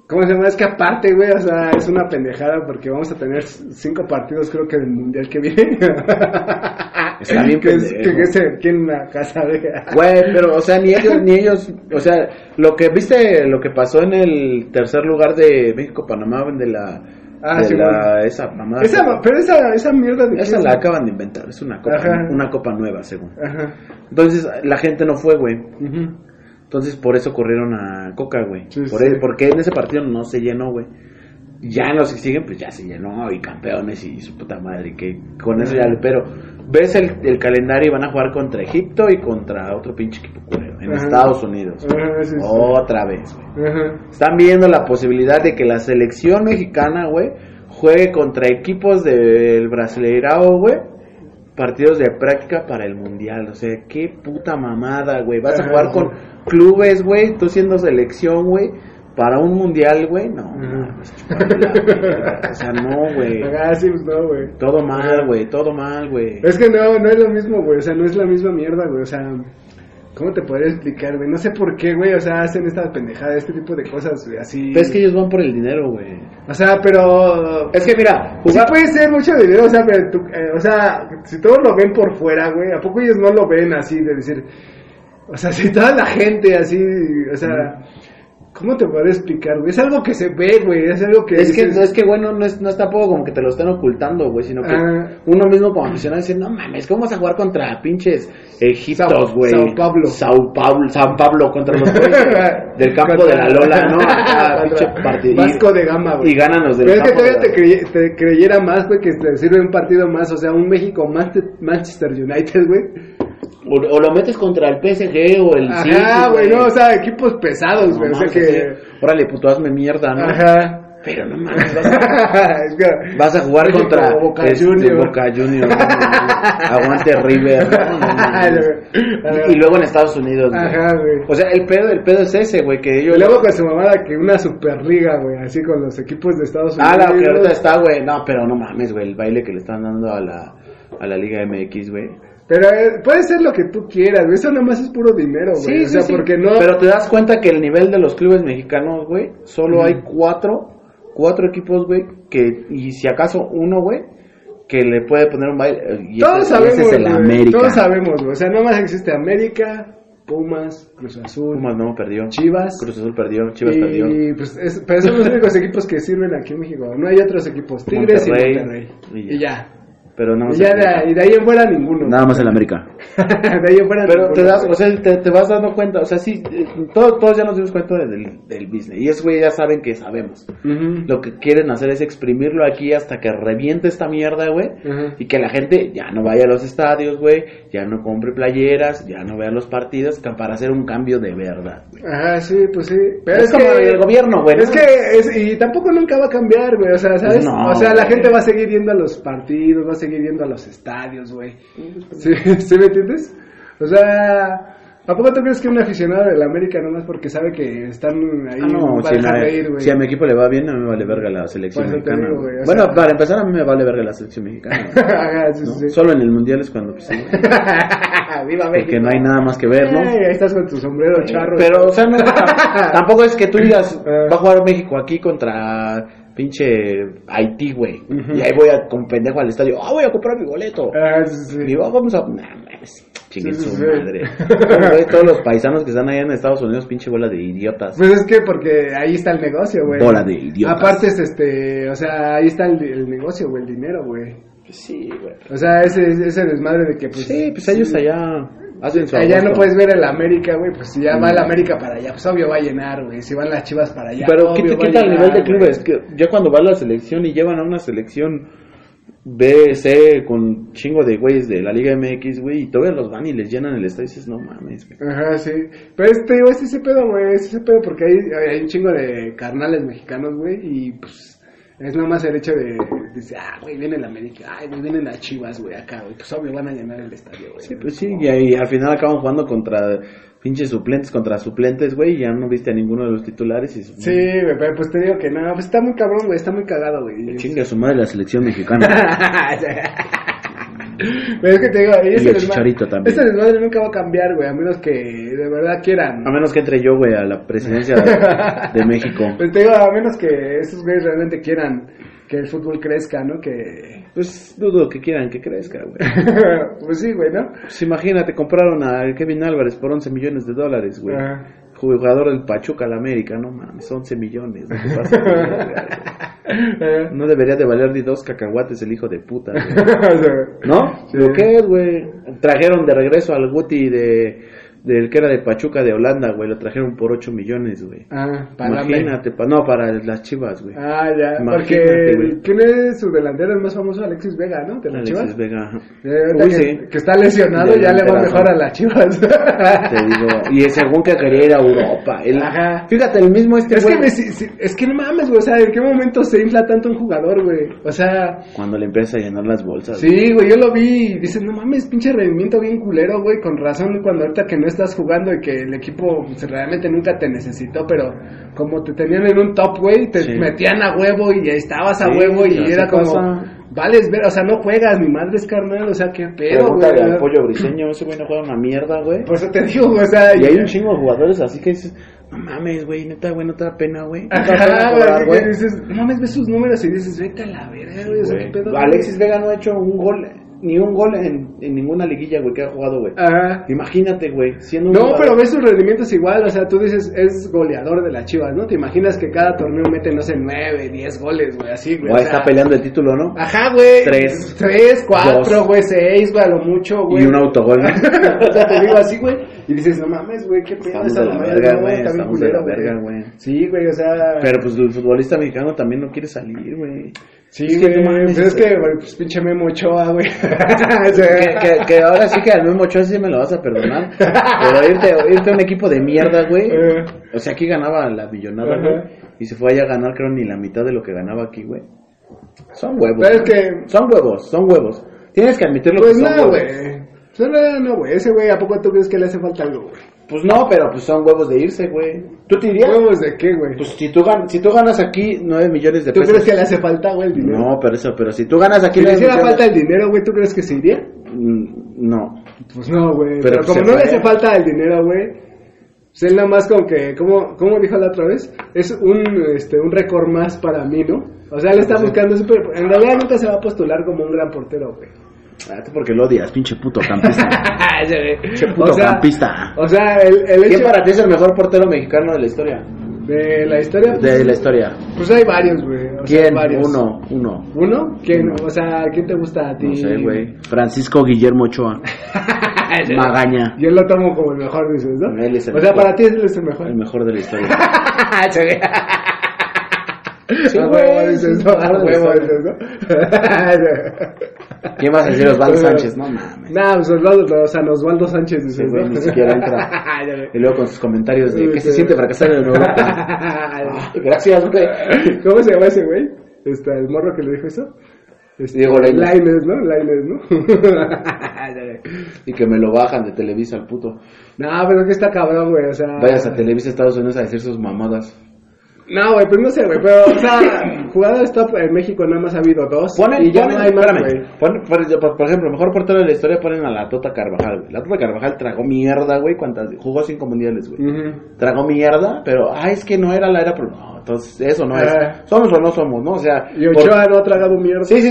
¿Cómo se llama? Es que aparte, güey, o sea, es una pendejada porque vamos a tener cinco partidos, creo que del mundial que viene.
Está bien
que es,
pendejo.
que es el- ¿Quién en la casa de.?
Güey, pero, o sea, ni ellos, ni ellos, o sea, lo que viste, lo que pasó en el tercer lugar de México-Panamá, de la,
Ah,
de
sí,
la- esa mamada.
Esa, pero esa, esa mierda de.
Esa
qué
la
es?
acaban de inventar, es una copa,
Ajá.
una copa nueva, según.
Ajá.
Entonces, la gente no fue, güey.
Ujú.
Entonces, por eso corrieron a Coca, güey.
Sí,
por
sí.
él- porque en ese partido no se llenó, güey. Ya en los que siguen, pues ya se llenó, y campeones, y su puta madre, que con eso ya le... Pero ves el, el calendario y van a jugar contra Egipto y contra otro pinche equipo culero, en
Ajá.
Estados Unidos.
Ajá, sí, sí.
Otra vez, güey.
Ajá.
Están viendo la posibilidad de que la selección mexicana, güey, juegue contra equipos del Brasileirao, güey. Partidos de práctica para el mundial, o sea, qué puta mamada, güey. Vas a
Ajá,
jugar
sí.
con clubes, güey, tú siendo selección, güey, para un mundial, güey. No,
Ajá.
mames, chúpatela, güey. o sea, no, güey.
Ah, sí, pues no, güey.
Todo mal, güey, todo mal, güey.
Es que no, no es lo mismo, güey. O sea, no es la misma mierda, güey. O sea, ¿cómo te podría explicar, güey? No sé por qué, güey. O sea, hacen esta pendejada, este tipo de cosas, güey. Así.
Pero Pues es que ellos van por el dinero, güey.
O sea, pero.
Es que mira,
Sí
jugar...
puede ser mucho dinero, o sea, pero tú- eh, o sea, si todos lo ven por fuera, güey, ¿a poco ellos no lo ven así? De decir, o sea, si toda la gente así, o sea, ¿cómo te puedo explicar, güey? Es algo que se ve, güey, es algo que...
Es que,
dices,
no, es que bueno, no es, no es tampoco como que te lo están ocultando, güey, sino que
Ah.
uno mismo como aficionado dice, no mames, ¿cómo vas a jugar contra pinches egiptos,
Sao-
güey?
Sao Pablo.
Sao Pablo, San Pablo contra los güeyes del campo de la Lola, ¿no? Acá, pinche partido.
Vasco de Gama, güey.
Y ganan los del
Pero es que
campo de
todavía
la-
te, crey- te creyera más, güey, que te sirve un partido más, o sea, un México Manche- Manchester United, güey.
o, o lo metes contra el PSG o el City,
Ajá, güey, no, o sea, equipos pesados,
No
güey, o sea
mames,
que...
así, Órale, puto, hazme mierda, ¿no?
Ajá.
Pero no mames, vas a
Es que-
Vas a jugar
México,
contra
Boca
este,
Juniors.
Boca Juniors, no, no, no. Aguante River. no, no, no, no. Y luego en Estados Unidos. güey.
Ajá, güey.
O sea, el pedo, el pedo es ese, güey, que ellos.
Y luego con su mamada que una superliga, güey, así con los equipos de Estados Unidos.
Ah, la que ahorita está, güey. No, pero no mames, güey, el baile que le están dando a la, a la Liga MX, güey.
Pero eh, puede ser lo que tú quieras, güey. Eso nada más es puro dinero, güey. o sea, porque no.
Pero te das cuenta que el nivel de los clubes mexicanos, güey, solo
Ujú.
hay cuatro, cuatro equipos, güey, que, y si acaso uno, güey, que le puede poner un baile. eh, Y
todos
ese- y ese
sabemos,
es el
güey,
América.
Todos sabemos, güey. O sea, nada más existe América, Pumas, Cruz Azul,
Pumas no perdió.
Chivas.
Cruz Azul perdió, Chivas
y,
perdió.
pues, es- pero son los únicos equipos que sirven aquí en México. No hay otros equipos. Tigres
Monterrey,
y Monterrey.
y
Y ya.
Pero nada
Y,
más.
ya
el
de,
América.
ahí- y de ahí en fuera ninguno.
Nada más el América.
de ahí en fuera
Pero
ninguno,
te das,
güey.
o sea, te, te vas dando cuenta, o sea, sí, eh, todos, todos ya nos dimos cuenta del, del business. Y eso, güey, ya saben que sabemos.
Ujú.
Lo que quieren hacer es exprimirlo aquí hasta que reviente esta mierda, güey.
Ajá.
Y que la gente ya no vaya a los estadios, güey. Ya no compre playeras, ya no vea los partidos, ca- para hacer un cambio de verdad, güey.
Ajá, sí, pues sí. Pero
Es,
es,
como
que
el gobierno, güey.
es que es- y tampoco nunca va a cambiar, güey. O sea, ¿sabes?
No,
o sea, la
güey.
gente va a seguir yendo a los partidos, va a seguir yendo a los estadios, güey. ¿Sí, ¿sí me entiendes? O sea, ¿a poco tú crees que un aficionado del América nomás porque sabe que están ahí
Ah, no,
va a
si,
dejar
a-
de ir, güey?
si a mi equipo le va bien, a mí me vale verga la selección
Por eso te
mexicana.
digo,
güey.
güey, o
bueno,
sea-
para empezar, a mí me vale verga la selección mexicana. güey,
Ajá, sí,
¿no?
sí, sí.
Solo en el mundial es cuando pues, sí, güey,
Viva México.
porque no hay nada más que ver, ¿no?
Ay, ahí estás con tu sombrero charro.
Pero, o sea, no, tam- tampoco es que tú digas,
Eh.
va a jugar México aquí contra pinche Haití, güey.
Ujú.
Y ahí voy a, con pendejo al estadio, ah, voy a comprar mi boleto.
Ajá, sí, sí.
Y va- vamos a... Nah, mames, chingue
Sí, sí,
su
sí.
madre. Pero, güey, todos los paisanos que están allá en Estados Unidos, pinche bola de idiotas.
Pues es que porque ahí está el negocio, güey.
Bola de idiotas.
Aparte, es este, o sea, ahí está el, el negocio, güey, el dinero, güey.
Sí, güey.
O sea, ese, ese desmadre de que, pues.
Sí, pues ellos allá hacen su
Allá no
agosto.
puedes ver el América, güey, pues si ya va el
Mm.
América para allá, pues obvio va a llenar, güey. Si van las chivas para allá.
Pero
obvio
¿qué te
va a
quita el
llenar,
nivel de
güey.
clubes? Que ya cuando va a la selección y llevan a una selección B, C, con chingo de güeyes de la Liga MX, güey, y todavía los van y les llenan el estadio y dices, no mames, güey.
Ajá, sí. Pero este, güey, es ese pedo, güey, es ese pedo porque hay, hay un chingo de carnales mexicanos, güey, y pues. Es nomás el hecho de, dice, ah, güey, viene el América, ay, güey, vienen las chivas, güey, acá, güey, pues obvio van a llenar el estadio, güey.
Sí, pues sí, y ahí al final acaban jugando contra pinches suplentes, contra suplentes, güey, y ya no viste a ninguno de los titulares y
Sí, güey, pero pues te digo que no, pues está muy cabrón, güey, está muy cagado, güey.
chinga a su madre la selección mexicana.
Pero es que te digo,
Y
ese
el
desmadre-
Chicharito también.
Ese desmadre nunca va a cambiar, güey, a menos que de verdad quieran.
a menos que entre yo, güey, a la presidencia de, de México.
Pues te digo, a menos que esos güeyes realmente quieran que el fútbol crezca, ¿no? Que...
Pues dudo que quieran que crezca, güey.
pues sí, güey, ¿no?
Pues imagínate, compraron a Kevin Álvarez por 11 millones de dólares, güey.
Ajá.
Jugador del Pachuca al América, no mames, 11 millones. ¿no? ¿Qué pasa, güey? no debería de valer ni dos cacahuates el hijo de puta, güey.
eh. O sea,
¿No? ¿Lo que es, güey? Trajeron de regreso al Guti de, del que era de Pachuca de Holanda, güey, lo trajeron por 8 millones, güey.
Ah, para
Imagínate, pa- no, para las Chivas, güey.
Ah, ya.
Imagínate,
Porque
güey.
¿quién es su delantero el más famoso? Alexis Vega, ¿no? ¿De las
Alexis
Chivas?
Vega. ajá.
Eh, ahorita
Uy,
que,
sí.
que está lesionado, ya le va
Delanterazo.
mejor a las Chivas.
Te digo, y según que quería ir a Europa. El-
Ajá.
Fíjate, el mismo este
Es que,
güey.
me- si- si- es que no mames, güey. O sea, ¿en qué momento se infla tanto un jugador, güey? O sea,
Cuando le empieza a llenar las bolsas.
sí, güey, yo lo vi y dices, no mames, pinche rendimiento bien culero, güey. Con razón, cuando ahorita que no estás jugando y que el equipo pues, realmente nunca te necesitó, pero como te tenían en un top, güey, te
Sí.
metían a huevo y ahí estabas a
Sí,
huevo y
así
era como.
pasa.
Vales, ver, o sea, no juegas, mi madre es carnal, o sea, qué pedo, güey.
Pregúntale al pollo briseño, ese güey no juega una mierda, güey.
Por eso te digo, güey, o sea,
Y hay un chingo de jugadores así que dices, no mames, güey, neta, güey, no te da pena, güey. No te da pena
Ajá, güey,
cobrar,
así
güey.
que dices, no mames, ves sus números y dices, vete a la verga, güey, o sea, qué pedo.
Güey.
güey?
Alexis Vega no ha hecho un gol, ni un gol en, en ninguna liguilla, güey, que ha jugado, güey.
Ajá.
Imagínate, güey, siendo un
Ah. No,
jugador-
pero ves sus rendimientos igual, o sea, tú dices, es goleador de las chivas, ¿no? Te imaginas que cada torneo mete, no sé, nueve, diez goles, güey, así, güey.
Güey,
o sea, Ah,
está peleando el título, ¿no?
Ajá, güey.
Tres.
Tres, cuatro,
Dos.
güey, seis, güey, a lo mucho, güey.
Y un autogol, ¿no?
o sea, te digo así, güey, y dices, no mames, güey, qué pedo
Estamos
esa
de la
mamada,
verga,
no,
güey,
está bien
estamos de la
culero,
verga, güey.
Sí, güey, o sea...
Pero pues el futbolista mexicano también no quiere salir, güey.
Sí,
Es que
güey,
no mames,
pues es
güey.
que, güey, pues pinche Memo Ochoa, güey. O sea,
Que, que- que ahora sí que al mismo Ochoa sí me lo vas a perdonar. Pero irte, irte a un equipo de mierda, güey.
Eh.
O sea, aquí ganaba la billonada,
Ajá.
güey. Y se fue allá a ganar, creo, ni la mitad de lo que ganaba aquí, güey. Son huevos.
Pero es
güey.
que-
Son huevos, son huevos. Tienes que admitirlo
Pues
que son
no,
huevos.
güey. Solo no, güey. Ese güey, ¿a poco tú crees que le hace falta algo, güey?
Pues no, pero pues son huevos de irse, güey. ¿Tú te irías?
¿Huevos de qué, güey?
Pues si tú, gan- si tú ganas aquí 9 millones de
¿Tú
pesos.
crees que le hace falta, güey, el dinero?
No, pero eso, pero si tú ganas
Si
aquí
le
9
hiciera
millones-
falta el dinero, güey, ¿tú crees que se iría?
Mm, No.
Pues no, güey. Pero,
Pero pues
como
se
no le
fue.
hace falta el dinero, güey. Pues él nada más con que, como, como dijo la otra vez, es un, este, un récord más para mí, ¿no? O sea, él está buscando súper... En realidad nunca se va a postular como un gran portero, güey.
Ah, tú porque lo odias, pinche puto campista.
Ese
puto campista.
O sea, el, el
¿Quién
hecho
para ti es el mejor portero mexicano de la historia?
de la historia...
De la historia.
Pues hay varios, güey. O sea, hay
¿Quién?
varios.
Uno, uno.
¿Uno? ¿Quién?
Uno.
O sea, ¿quién te gusta a ti?
No sé, güey. Francisco Guillermo Ochoa. Magaña.
Ah, Yo lo tomo como el mejor, dices, ¿no?
Él es el
o sea,
mejor. Ah,
para ti él es el mejor.
El mejor de la historia. Sí,
A
güey,
huevo, dices, ¿no? A
claro,
huevo,
sí.
dices, ¿no?
¿Quién vas a decir Osvaldo Sánchez? No mames.
Nah, pues Osvaldo, o sea, Osvaldo Sánchez, dices,
Ese güey
¿no?
ni siquiera entra.
Ay, ya ve.
Y luego con sus comentarios de que se
Sí.
siente fracasar en Europa. Ah, Gracias, güey.
¿Cómo se llama ese güey? Este, el morro que le dijo eso. Este,
Diego Lainez.
Lainez, ¿no? Lainez, ¿no? Ay, ya ve.
Y que me lo bajan de Televisa al puto.
no, pero es que está cabrón, güey, o sea...
Vayas a Televisa Estados Unidos a decir sus mamadas.
No, güey, pues no sé, güey, pero, o sea, jugadores top en México nada más ha habido dos.
Ponen,
y ya
ponen,
no hay más,
espérame,
güey.
ponen- por, por- por ejemplo, mejor portero de la historia ponen a la Tota Carvajal, güey. La Tota Carvajal tragó mierda, güey, cuántas, jugó cinco mundiales, güey.
Ujú.
Tragó mierda, pero, ah, es que no era la era, pro- no, entonces, eso no
Ah.
es. Somos o no somos, ¿no? O sea,
Y
por-
Ochoa no ha tragado mierda.
Sí, sí,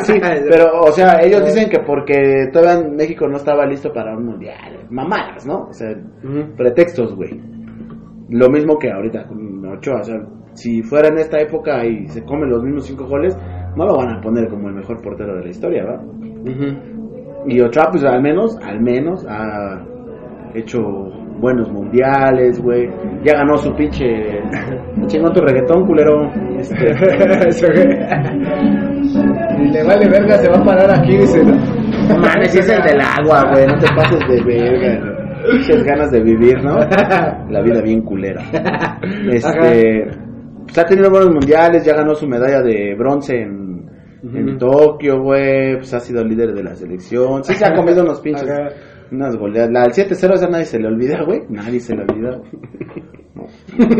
sí. Pero, o sea, ellos dicen que porque todavía México no estaba listo para un mundial. Mamadas, ¿no? O sea,
Ujú.
pretextos, güey. Lo mismo que ahorita con Ochoa. O sea, si fuera en esta época y se comen los mismos cinco goles, no lo van a poner como el mejor portero de la historia, ¿verdad? Y Ochoa, pues al menos, al menos ha hecho buenos mundiales, güey. Ya ganó su pinche. Chingón tu reggaetón, culero. Este.
Eso, güey. Y le vale verga, se va a parar aquí, dice, ¿no?
No Mames, es el del agua, güey. No te pases de verga. Muchas ganas de vivir, ¿no? La vida bien culera. Este. Pues ha tenido buenos mundiales, ya ganó su medalla de bronce en, en
Ujú.
Tokio, güey. Pues ha sido líder de la selección. Sí, se ha comido unos pinches.
Ajá.
Unas goleadas. La del 7-0, esa nadie se le olvida, güey. Nadie se le olvida. No.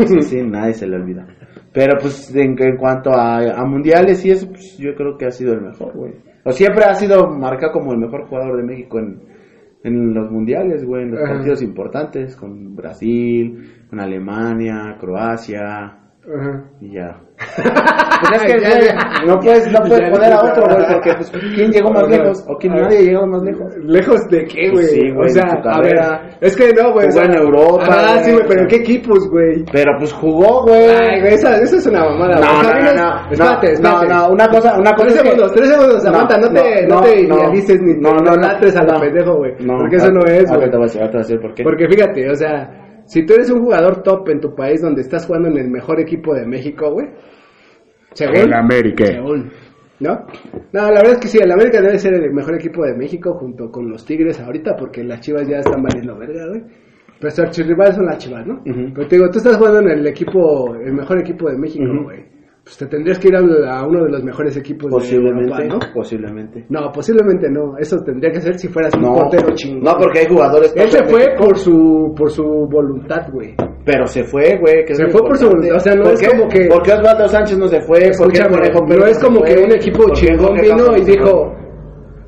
Sí, sí, nadie se le olvida. Pero pues en, en cuanto a, a mundiales y eso, pues yo creo que ha sido el mejor, güey. O siempre ha sido marcado como el mejor jugador de México en, en los mundiales, güey, en los
Ajá.
partidos importantes, con Brasil, con Alemania, Croacia,
Ajá.
Y ya. Pues es que,
Ya,
güey,
ya.
no puedes, no puedes
Ya,
poner a
ya.
otro, güey, porque pues, ¿quién llegó más
O sea,
lejos? O quién
a ver.
nadie llegó más lejos.
¿Lejos de qué, güey?
Pues sí, güey,
o sea,
en tu
a ver,
carrera.
es que no, güey. o
Jugó
sea,
en Europa, eh,
Ah,
güey,
sí, güey, pero ¿en
o
qué
sea.
equipos, güey?
Pero pues jugó, güey.
Ay, güey, esa, esa es una mamada, güey.
No, no, no,
Camino-
no,
Espérate,
no,
espérate.
no, una cosa, una cosa
Tres
es que-
segundos, tres segundos, aguanta, no, te, no, te idealices ni
no,
te
no, no,
idolatres a
no.
la pendejo, güey.
No,
porque eso no
ahorita-
es, güey.
Ahorita voy a decir, ahorita voy a decir por qué.
Porque fíjate, o sea, si tú eres un jugador top en tu país donde estás jugando en el mejor equipo de México, güey. Según.
América.
Según. ¿No? No, la verdad es que sí, el América debe ser el mejor equipo de México junto con los Tigres ahorita porque las chivas ya están valiendo verga, güey. Pero su archirrival son las chivas, ¿no?
Ujú.
Pero te digo, tú estás jugando en el equipo, el mejor equipo de México,
Ujú.
güey. Pues te tendrías que ir a, a uno de los mejores equipos
Posiblemente,
de Europa, ¿no?
posiblemente.
No, posiblemente no. Eso tendría que ser si fueras un
No,
portero chingón.
no, porque hay jugadores.
Él se
top en
fue
México,
por su, por su voluntad, güey.
Pero se fue, güey. que es
Se
lo
fue por su
importante.
voluntad, o sea, no
¿Por
es
qué?
como que-
¿Por qué Osvaldo Sánchez no se fue? ¿Por qué
Escúchame,
Conejo Pérez
no es
se
como
fue?
que un equipo
¿Por qué
chingón
Jorge
vino
Campos
y
se fue?
dijo,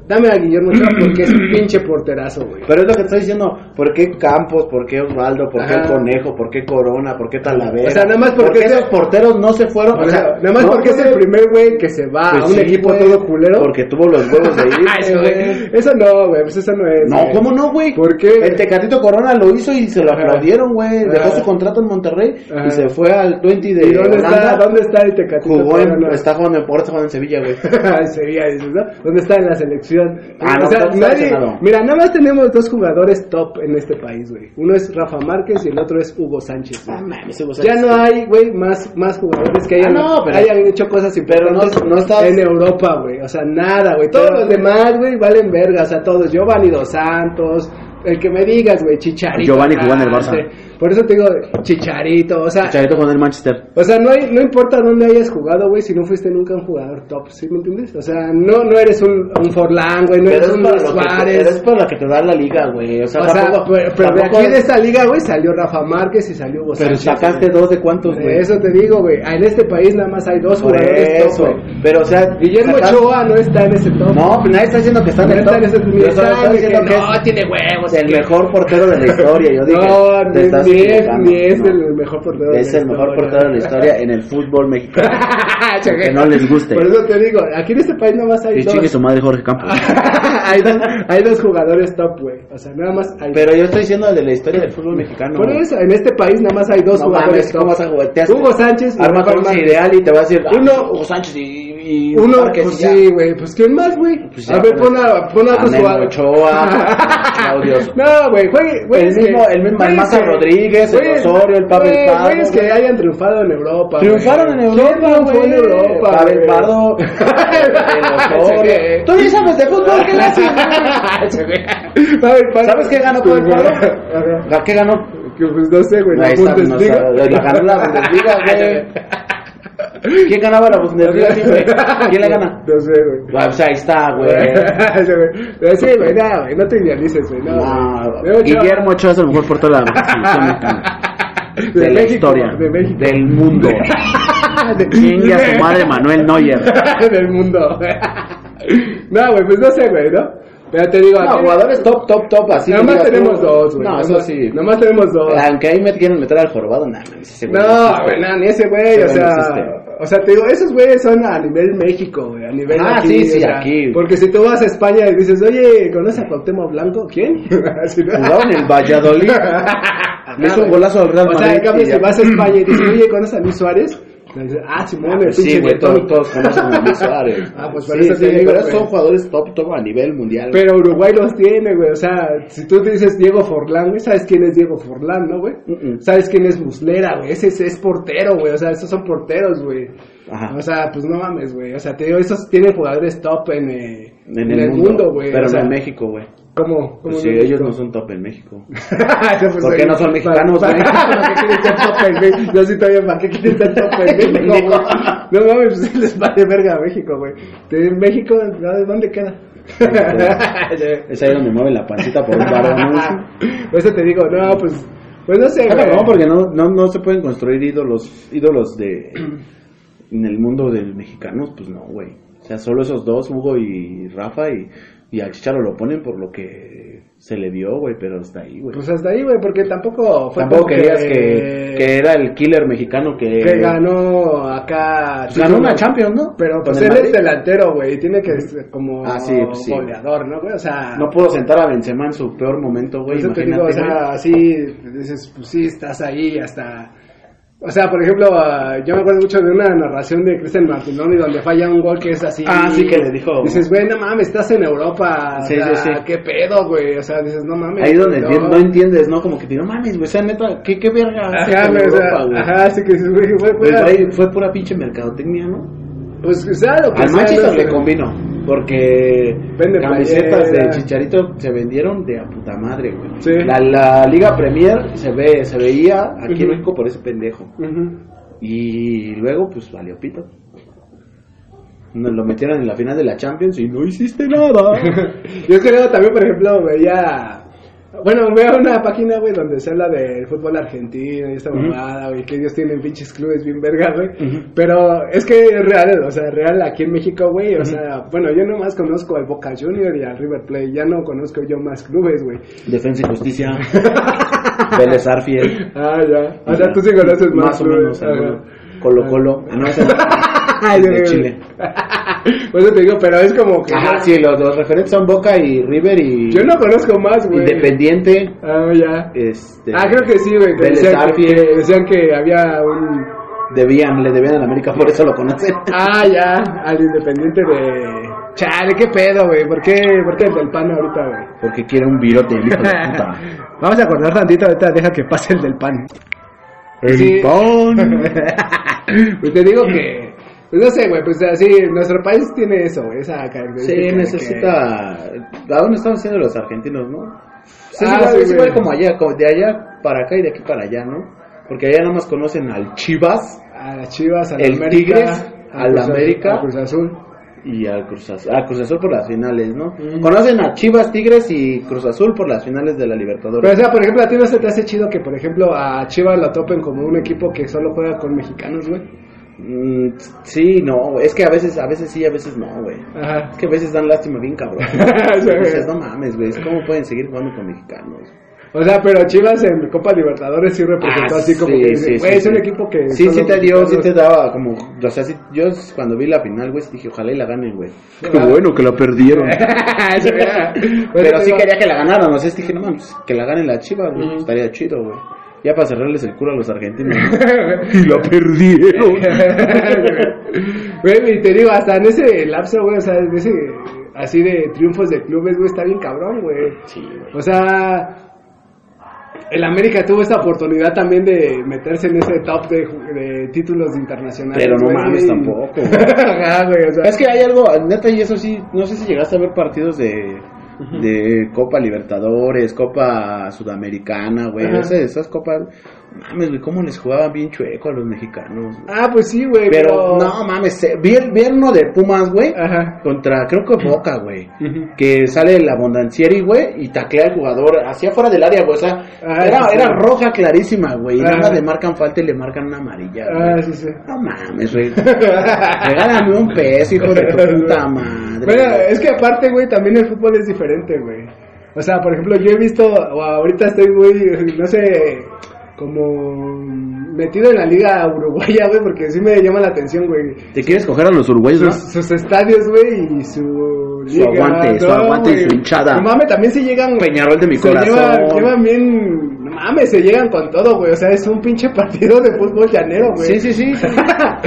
dame a Guillermo Ochoa porque es un pinche porterazo, güey.
Pero es lo que te estoy diciendo, ¿por qué Campos? ¿Por qué Osvaldo? ¿Por qué el
Ajá.
Conejo? ¿Por qué Corona? ¿por qué Talavera?
O sea, nada más
¿Por
porque
qué
ese-
esos porteros no se fueron.
O sea, nada más
no
porque es el
fue-
primer güey que se va
Pues
a un
sí,
equipo
güey,
todo culero.
Porque tuvo los huevos de ir.
Ay, güey. Eso no, güey, pues eso no es.
No,
güey.
¿cómo no, güey?
¿Por qué?
El Tecatito Corona lo hizo y se lo
Ajá.
aplaudieron, güey. Dejó
Ajá.
su contrato en Monterrey
Ajá.
y se fue al 20 de
¿Y dónde
Holanda.
está, dónde está el Tecatito?
Jugó en,
Corona?
está jugando en Porto, está jugando en Sevilla, güey.
Sería eso, ¿no? ¿Dónde está en la selección?
Ah, no,
O sea,
está
nadie-
lesionado.
mira, nada más tenemos dos jugadores top en este país, güey. Uno es Rafa Márquez y el otro es Hugo Sánchez. güey.
Ah, mames, Hugo
ya
Sánchez.
no hay, güey, más, más jugadores que hayan,
Ah, no, pero-
hayan hecho cosas
pero no-
importantes
no está-
en Europa, güey. O sea, nada, güey. Todos
Pero-
los demás, güey, valen verga. O sea, todos. Giovanni Dos Santos, el que me digas, güey, Chicharito.
Pues Giovanni jugó en el Barça.
Cante. Por eso te digo, Chicharito, o sea...
Chicharito jugó en el Manchester.
O sea, no, hay, no importa dónde hayas jugado, güey, si no fuiste nunca un jugador top, ¿sí me entiendes? O sea, no, no eres un, un Forlán, güey, no
Pero
eres
es,
un
para
Luis
lo que te,
Suárez.
pero es para lo que te da la liga, güey. O sea,
O sea,
tampoco,
pero, pero de
tampoco-
aquí de esta liga, güey, salió Rafa Márquez y salió Hugo
Pero
Sánchez,
sacaste
güey.
dos de cuántos,
De
güey.
eso te digo, güey. En este país nada más hay dos
Por
jugadores
eso.
top, güey.
Pero, o sea,
Guillermo
sacaste-
Ochoa no está en ese top.
No, pero nadie está diciendo que está en
no
el
está
top.
en ese top.
Yo solo
Está,
estoy
güey,
diciendo
que
que
no,
es
tiene huevos.
el mejor portero de la historia. Yo dije,
No,
te estás
ni, ni es,
equivocando.
ni es
No.
el mejor portero
Es el mejor portero de la historia en el fútbol mexicano. que no les guste.
Por eso te digo, aquí en este país nada más hay
Y
dos.
chingue su madre Jorge Campos.
hay, dos, hay dos jugadores top, güey. O sea, nada más hay
Pero yo estoy diciendo de la historia del fútbol mexicano.
Por eso, en este país nada más hay dos
No
jugadores
mames, ¿cómo
top.
vas a jugar? Te has-
Hugo Sánchez y
Arma
Rafa
con ese
Márquez.
ideal y te va a decir,
Uno-
uno, Hugo Sánchez y... y
Uno,
Márquez
pues
y ya.
sí, güey. Pues quién más, güey.
Pues
a
ya,
ver,
pues,
pon a, pon a
a
otros
Memo
jugadores.
Ochoa, a Claudio.
No, güey, güey, güey,
El
es
mismo-
que-
el mismo
güey,
Almanza
es que-
Rodríguez, el
güey,
Osorio, el Pablo
güey,
Pardo,
güey, es que
güey.
hayan triunfado en Europa. güey.
Triunfaron en Europa,
¿Quién triunfó en
güey?
Europa?
Pavel
güey?
Pardo, el Osorio.
Ese güey.
Tú ni sabes de fútbol, ¿qué le haces?
Ese güey. Pavel Pardo.
¿Sabes qué ganó Pavel Pardo?
Pues, Ajá.
¿A qué ganó?
Que pues no sé, güey, la
Ahí está, no, o
Bundesliga.
sea, la ganó la Bundesliga, güey. ¿Quién ganaba la Bundesliga siempre? ¿Quién la gana?
No sé, güey.
Ah, O sea, ahí está, güey.
Ese güey. Pero sí, güey, no, güey, no te idealices, güey, no,
No,
güey. Memo Ochoa-
Guillermo Ochoa es el mejor portero de la selección mexicana.
de,
De, la
México,
historia.
de México.
Del mundo.
De-
Chingue a su madre Manuel Neuer.
del mundo. no, güey, pues no sé, güey, ¿no? Pero te digo,
No,
aquí-
jugadores top, top, top, así.
nada más
digas tú.
tenemos dos, güey.
No,
nada
eso
más-
sí.
Nada más tenemos dos.
Aunque ahí me quieren meter al jorobado, nada, no, ese güey
No,
existe.
güey, no, ni ese güey,
Ese
o
güey
sea,
no existe.
o sea, te digo, esos güeyes son a nivel México, güey, a nivel
Ah,
aquí,
sí, sí,
o sea,
aquí.
Porque si tú vas a España y dices, oye, ¿conoces a Cuauhtémoc Blanco? ¿Quién? Así, ¿no?
Jugaba en el Valladolid. Le hizo un golazo al Real
O
Madrid.
sea, en cambio,
y
si
ya.
vas a España y dices, oye, ¿conoces a Luis Suárez? Te dicen, ah, Simón, el
Pues sí,
pinche
güey,
guetón".
todos, todos conocen a Luis Suárez.
Ah, pues
Sí,
por eso
sí,
te digo,
pero
güey.
son jugadores top, top a nivel mundial.
Pero Uruguay los tiene, güey. O sea, si tú te dices Diego Forlán, güey, sabes quién es Diego Forlán, ¿no, güey?
Mm-mm.
Sabes quién es Muslera, güey. Ese ese es portero, güey. O sea, esos son porteros, güey.
Ajá.
O sea, pues no mames, güey. O sea, te digo, esos tienen jugadores top en, eh,
en, el, mundo,
güey.
Pero
o sea,
no en México, güey.
¿Cómo? ¿Cómo
Pues sí,
en
ellos
México?
no son top en México.
Pues,
¿Por qué
eh,
no son mexicanos,
¿para-
güey?
para- ¿Para qué quieren ser top en México? Yo sí todavía, ¿para qué quieren ser top en México, güey?
Pendejo.
No mames, pues les vale verga a México, güey. Te- México, ¿dó- ¿dónde queda?
Es ahí donde mueven la pancita por un varón. ¿no?
Por eso te digo, no, pues, pues no sé,
Está
güey.
cabrón, porque Ah, no, no, no se pueden construir ídolos, ídolos de en el mundo del mexicano, pues no, güey. O sea, solo esos dos, Hugo y Rafa, y Y al Chicharo lo ponen por lo que se le dio, güey, pero hasta ahí, güey.
Pues hasta ahí, güey, porque tampoco fue
Tampoco
como
querías que, que era el killer mexicano que...
que ganó acá.
Pues ganó una
título.
Champions, ¿no?
Pero pues
Con el
él es
Madrid.
delantero, güey, y tiene que ser como
Ah, sí, pues, sí.
goleador, ¿no, güey? O sea,
No pudo sentar a Benzema en su peor momento, güey.
Eso te
imagínate,
digo, o
güey.
sea, así dices, pues sí, estás ahí hasta... O sea, por ejemplo, ah, yo me acuerdo mucho de una narración de Cristian Martinoni donde falla un gol que es así.
Ah, sí, que le dijo.
Dices, güey, no mames, estás en Europa.
Sí,
o sea,
sí, sí.
¿Qué pedo, güey? O sea, dices, no mames.
Ahí donde
no.
bien no entiendes, ¿no? Como que te digo, mames, güey, o sea, neta, ¿qué, qué verga? haces
Ajá, Ah,
con
güey, o sea,
Europa, güey?
ajá, así que dices, güey, güey,
Pues
güey,
ahí fue pura pinche mercadotecnia, ¿no?
Pues, o sea, lo que
Al
sea,
Manchester
no
le
sé.
convino, porque
Vende
camisetas
playera.
de Chicharito se vendieron de a puta madre, güey.
Sí.
La, la Liga Premier se ve, se veía aquí en
Ujú.
México por ese pendejo.
Ujú.
Y luego, pues, valió pito. Nos lo metieron en la final de la Champions y no hiciste nada.
Yo creo también, por ejemplo, veía. Bueno, veo una página, güey, donde se habla del fútbol argentino y esta mamada, güey, que ellos tienen pinches clubes bien verga, güey.
Ujú.
Pero es que es real, o sea, real aquí en México, güey. O sea, bueno, yo nomás conozco al Boca Junior y al River Plate, ya no conozco yo más clubes, güey.
Defensa y Justicia. Vélez Arfiel.
Ah, ya. O sea, tú sí conoces más,
Más o menos.
clubes.
alguno.
ajá.
Colo Colo. Ah, no, ese
Ay,
no. de
güey.
Chile.
Por eso te digo, pero es como que.
Ajá, sí, los, los referentes son Boca y River y
Yo no conozco más, güey.
Independiente.
Ah, ya.
Este,
Ah, creo que sí, güey. que
Vélez
Decían que,
Arfiel.
decían que había un.
Debían, le debían a la América, por eso lo conocen.
Ah, ya, al independiente de. Chale, qué pedo, güey. ¿Por qué, ¿Por qué el del pan ahorita, güey?
Porque quiere un virote, el hijo de puta.
Vamos a acordar tantito, ahorita deja que pase el del pan.
El
Sí.
pan.
pues te digo que. Pues no sé, güey, pues así, nuestro país tiene eso, güey, esa
Sí,
característica. de que-
necesita. ¿A dónde están haciendo los argentinos, no? Pues es
Ah,
igual,
sí,
es igual
güey.
como allá, como de allá para acá y de aquí para allá, ¿no? Porque allá nada más conocen al Chivas
A las chivas, al
El
América.
Tigres, al
Cruz Azul-
América.
al Cruz Azul.
y al Cruz Azul, al Cruz Azul por las finales, ¿no? Conocen a Chivas, Tigres y Cruz Azul por las finales de la
Pero, o
Libertadores.
sea, por ejemplo, a ti no se te hace chido que, por ejemplo, a Chivas la topen como un equipo que solo juega con mexicanos, güey.
Mm, sí, no, es que a veces, a veces sí, a veces no, güey.
Ajá.
Es que a veces dan lástima bien cabrón.
Sí, güey.
Dices, no mames, güey, ¿cómo pueden seguir jugando con mexicanos?
O sea, pero Chivas en Copa Libertadores sí representó Pues, así como que dice, güey, es un equipo que...
Ah, Sí,
solo
sí te dio, sí
mexicanos".
te daba como... O sea, sí, yo cuando vi la final, güey, sí dije, ojalá y la ganen, güey.
Qué bueno
que la perdieron.
Eso era. Bueno,
Pero sí
Pues, te
quería que la ganaran, o sea, sí dije, no mames, que la ganen la chiva, güey,
Ujú.
estaría chido, güey. Ya para cerrarles el culo a los argentinos. ¿no?
digo-
y la perdieron.
Güey, y te digo, hasta en ese lapso, güey, o sea, en ese... Así de triunfos de clubes, güey, está bien cabrón, güey.
sí, güey.
O sea... El América tuvo esta oportunidad también de meterse en ese top de, de títulos internacionales.
Pero no
güey.
mames tampoco, güey.
Ajá, güey, o sea,
Es que hay algo, neta, y eso sí, no sé si llegaste a ver partidos de, de Copa Libertadores, Copa Sudamericana, güey.
Ajá.
Ese- Esas copas, mames, güey, cómo les jugaban bien chueco a los mexicanos. güey.
Ah, pues sí, güey,
Pero, no mames, eh, vi el viernes de Pumas, güey,
Ajá.
contra, creo que Boca, güey. Que sale el abondancieri, güey, y taclea al jugador hacia afuera del área, güey. O sea,
Ah,
era,
sí.
era roja clarísima, güey. Y
Ajá.
nada le marcan falta y le marcan una amarilla, güey.
Ah, sí, sí.
No mames, güey. Regálame un peso, hijo de tu puta madre.
Bueno, es que aparte, güey, también el fútbol es diferente, güey. O sea, por ejemplo, yo he visto, o ahorita estoy muy, no sé, como metido en la liga uruguaya, güey, porque sí me llama la atención, güey.
Te quieres coger a los uruguayos, ¿no?
Sus, sus estadios, güey, y su
Su aguante, su aguante y su
güey.
hinchada.
No mames, también se llegan...
Peñarol de mi
se
corazón.
llevan, llevan bien... No mames, se llegan con todo, güey. O sea, es un pinche partido de fútbol llanero, güey.
Sí, sí, sí.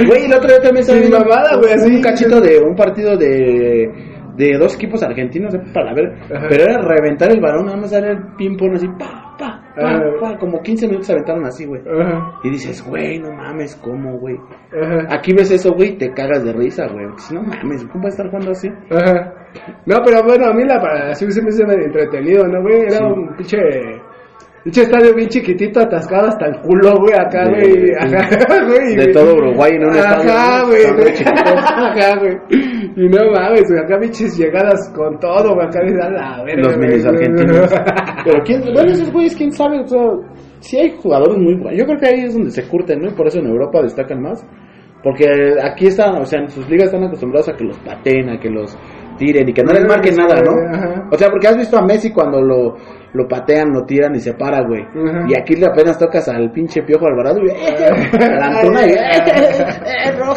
Güey, el otro día también
Sin
salió un-
mamada, güey, así.
un cachito de un partido de, de dos equipos argentinos eh, para ver,
Ajá.
pero era reventar el balón, nada más era el ping pong así, pa, pa, pa,
Ajá.
pa, como 15 minutos se aventaron así, güey.
Ajá,
Y dices, güey, no mames, ¿cómo, güey?
ajá.
Aquí ves eso, güey, y te cagas de risa, güey. Dices, No mames, ¿cómo va a estar jugando así?
Ajá. No, pero bueno, a mí la para sí siempre se me ha entretenido, ¿no, güey? Era
Sí.
un pinche. Pinche estadio bien chiquitito, atascado hasta el culo, güey, acá,
De-
güey. Ajá, güey.
de todo Uruguay en un
Ajá,
estadio,
güey.
está muy chiquito.
Ajá, güey. Y no mames, güey, acá pinches llegadas con todo, güey, acá dices, a la verga.
los
güey.
menis argentinos. Pero quién, bueno, esos güeyes, quién sabe, o sea, sí hay jugadores muy buenos. Yo creo que ahí es donde se curten, ¿no? Y por eso en Europa destacan más. Porque aquí están, o sea, en sus ligas están acostumbrados a que los paten, a que los tiren y que no les
Sí,
marquen
sí,
nada, ¿no?
güey, ajá.
O sea, porque has visto a Messi cuando lo, lo patean, lo tiran y se para, güey.
Ajá.
Y aquí le apenas tocas al pinche piojo Alvarado y a la Antuna y eh".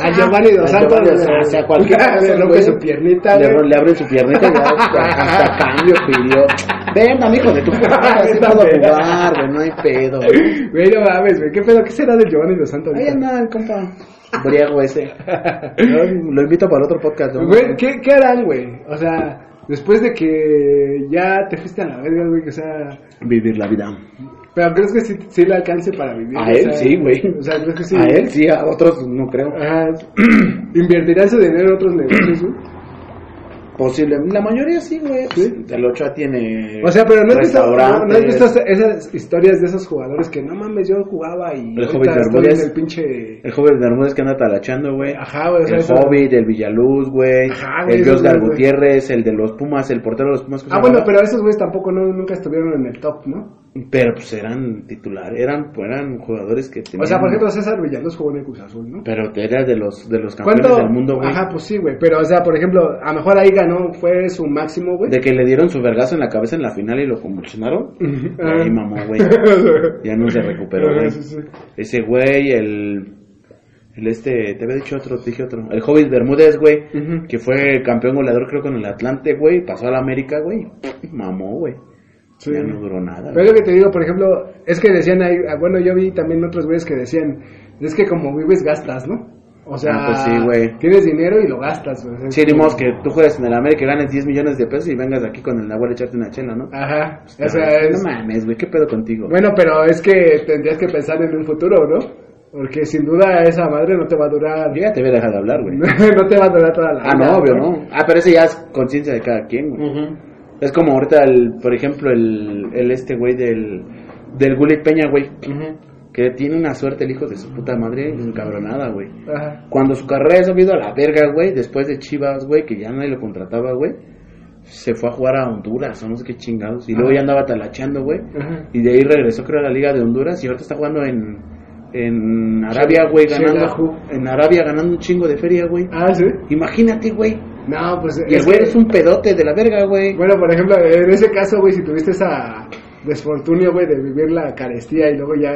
A Giovanni Dos
A
Santos,
Giovanni Dos- o sea, cualquier
le
cosa,
rompe
güey.
su piernita,
Le,
güey.
le abren su piernita y ya, hasta cambio pidió. Venga, mijo de tu puta, así
Esta
puedo
peda.
jugar, güey, no hay pedo. güey.
Güey, no mames, güey. ¿Qué pedo? ¿Qué será de Giovanni Dos Santos?
Ahí
ahorita?
anda el compa. Briago ese. Yo Lo invito para otro podcast. ¿no?
Güey, ¿qué, qué harán, güey? O sea, después de que ya te fuiste a la verga, güey, que, o sea...
Vivir la vida.
¿Pero crees que sí, sí le alcance para vivir?
A
O
él
sea,
sí, güey.
O sea, ¿crees que sí?
A él sí, a otros no creo.
Ajá. ¿Invertirán su dinero en otros negocios, güey?
Posible. La mayoría sí, güey.
Sí.
Pues, El Ochoa tiene.
O sea, pero no has, visto, no,
restaurantes.
no has visto esas historias de esos jugadores que no mames, yo jugaba y
El
ahorita
Hobbit
estoy
Bermúdez.
en el pinche...
El joven de Bermúdez que anda talachando, güey.
Ajá, güey, o sea,
el
eso-
Hobbit, el Villaluz, güey.
Ajá, güey,
El
esos
Josgar
güeyes,
Gutiérrez, el de los Pumas, el portero de los Pumas. ¿cómo
Ah,
se
bueno,
llama?
pero esos güeyes tampoco no, nunca estuvieron en el top, ¿no?
Pero pues eran titulares, eran, eran jugadores que tenían.
O sea, por ejemplo, César Villaluz jugó en el Cruz Azul, ¿no?
Pero era de los, de los campeones
¿Cuánto?
del mundo, güey.
Ajá, pues sí, güey. Pero, o sea, por ejemplo, a lo mejor ahí ganó, fue su máximo, güey.
De que le dieron su vergazo en la cabeza en la final y lo convulsionaron.
Ah.
Ahí mamó, güey. Ya no se recuperó, güey.
Sí, sí.
Ese güey, el. El este, te había dicho otro, te dije otro. El Hobbit Bermúdez, güey.
Ujú.
Que fue campeón goleador, creo, con el Atlante, güey. Pasó a la América, güey. Mamó, güey.
Sí.
Ya no duró nada.
Pero es lo que te digo, por ejemplo, es que decían ahí, ah, bueno, yo vi también otros güeyes que decían, es que como vives gastas, ¿no? O sea,
Ah, pues sí, güey.
tienes dinero y lo gastas, güey. O sea, es
Sí, ni
como-
modo que tú juegas en el América y ganes 10 millones de pesos y vengas aquí con el Nahuel a echarte una chela, ¿no?
Ajá.
No,
O sea, es-
Pues, No mames, güey, ¿qué pedo contigo?
bueno, pero es que tendrías que pensar en un futuro, ¿no? Porque sin duda esa madre no te va a durar,
Yo ya te voy a dejar de hablar, güey.
no te va a durar toda la
Ah,
vida,
no, obvio, no. Ah, pero ese ya es conciencia de cada quien, güey.
Ujú.
Es como ahorita, el, por ejemplo, el, el este güey del, del Gulit Peña, güey. Que tiene una suerte el hijo de su puta madre encabronada, güey.
Ajá.
Cuando su carrera se ha ido a la verga, güey, después de Chivas, güey, que ya nadie lo contrataba, güey, se fue a jugar a Honduras, o no sé qué chingados. Y
Ah.
luego ya andaba talacheando, güey.
Ajá.
Y de ahí regresó, creo, a la Liga de Honduras y ahorita está jugando en, en Arabia, güey,
Sheila Ju.
ganando. En Arabia ganando un chingo de feria, güey.
Ah, sí.
Imagínate, güey.
No, pues.
Y el
es
güey
que-
es un pedote de la verga, güey.
Bueno, por ejemplo, en ese caso, güey, si tuviste esa desfortunio, güey, de vivir la carestía y luego ya,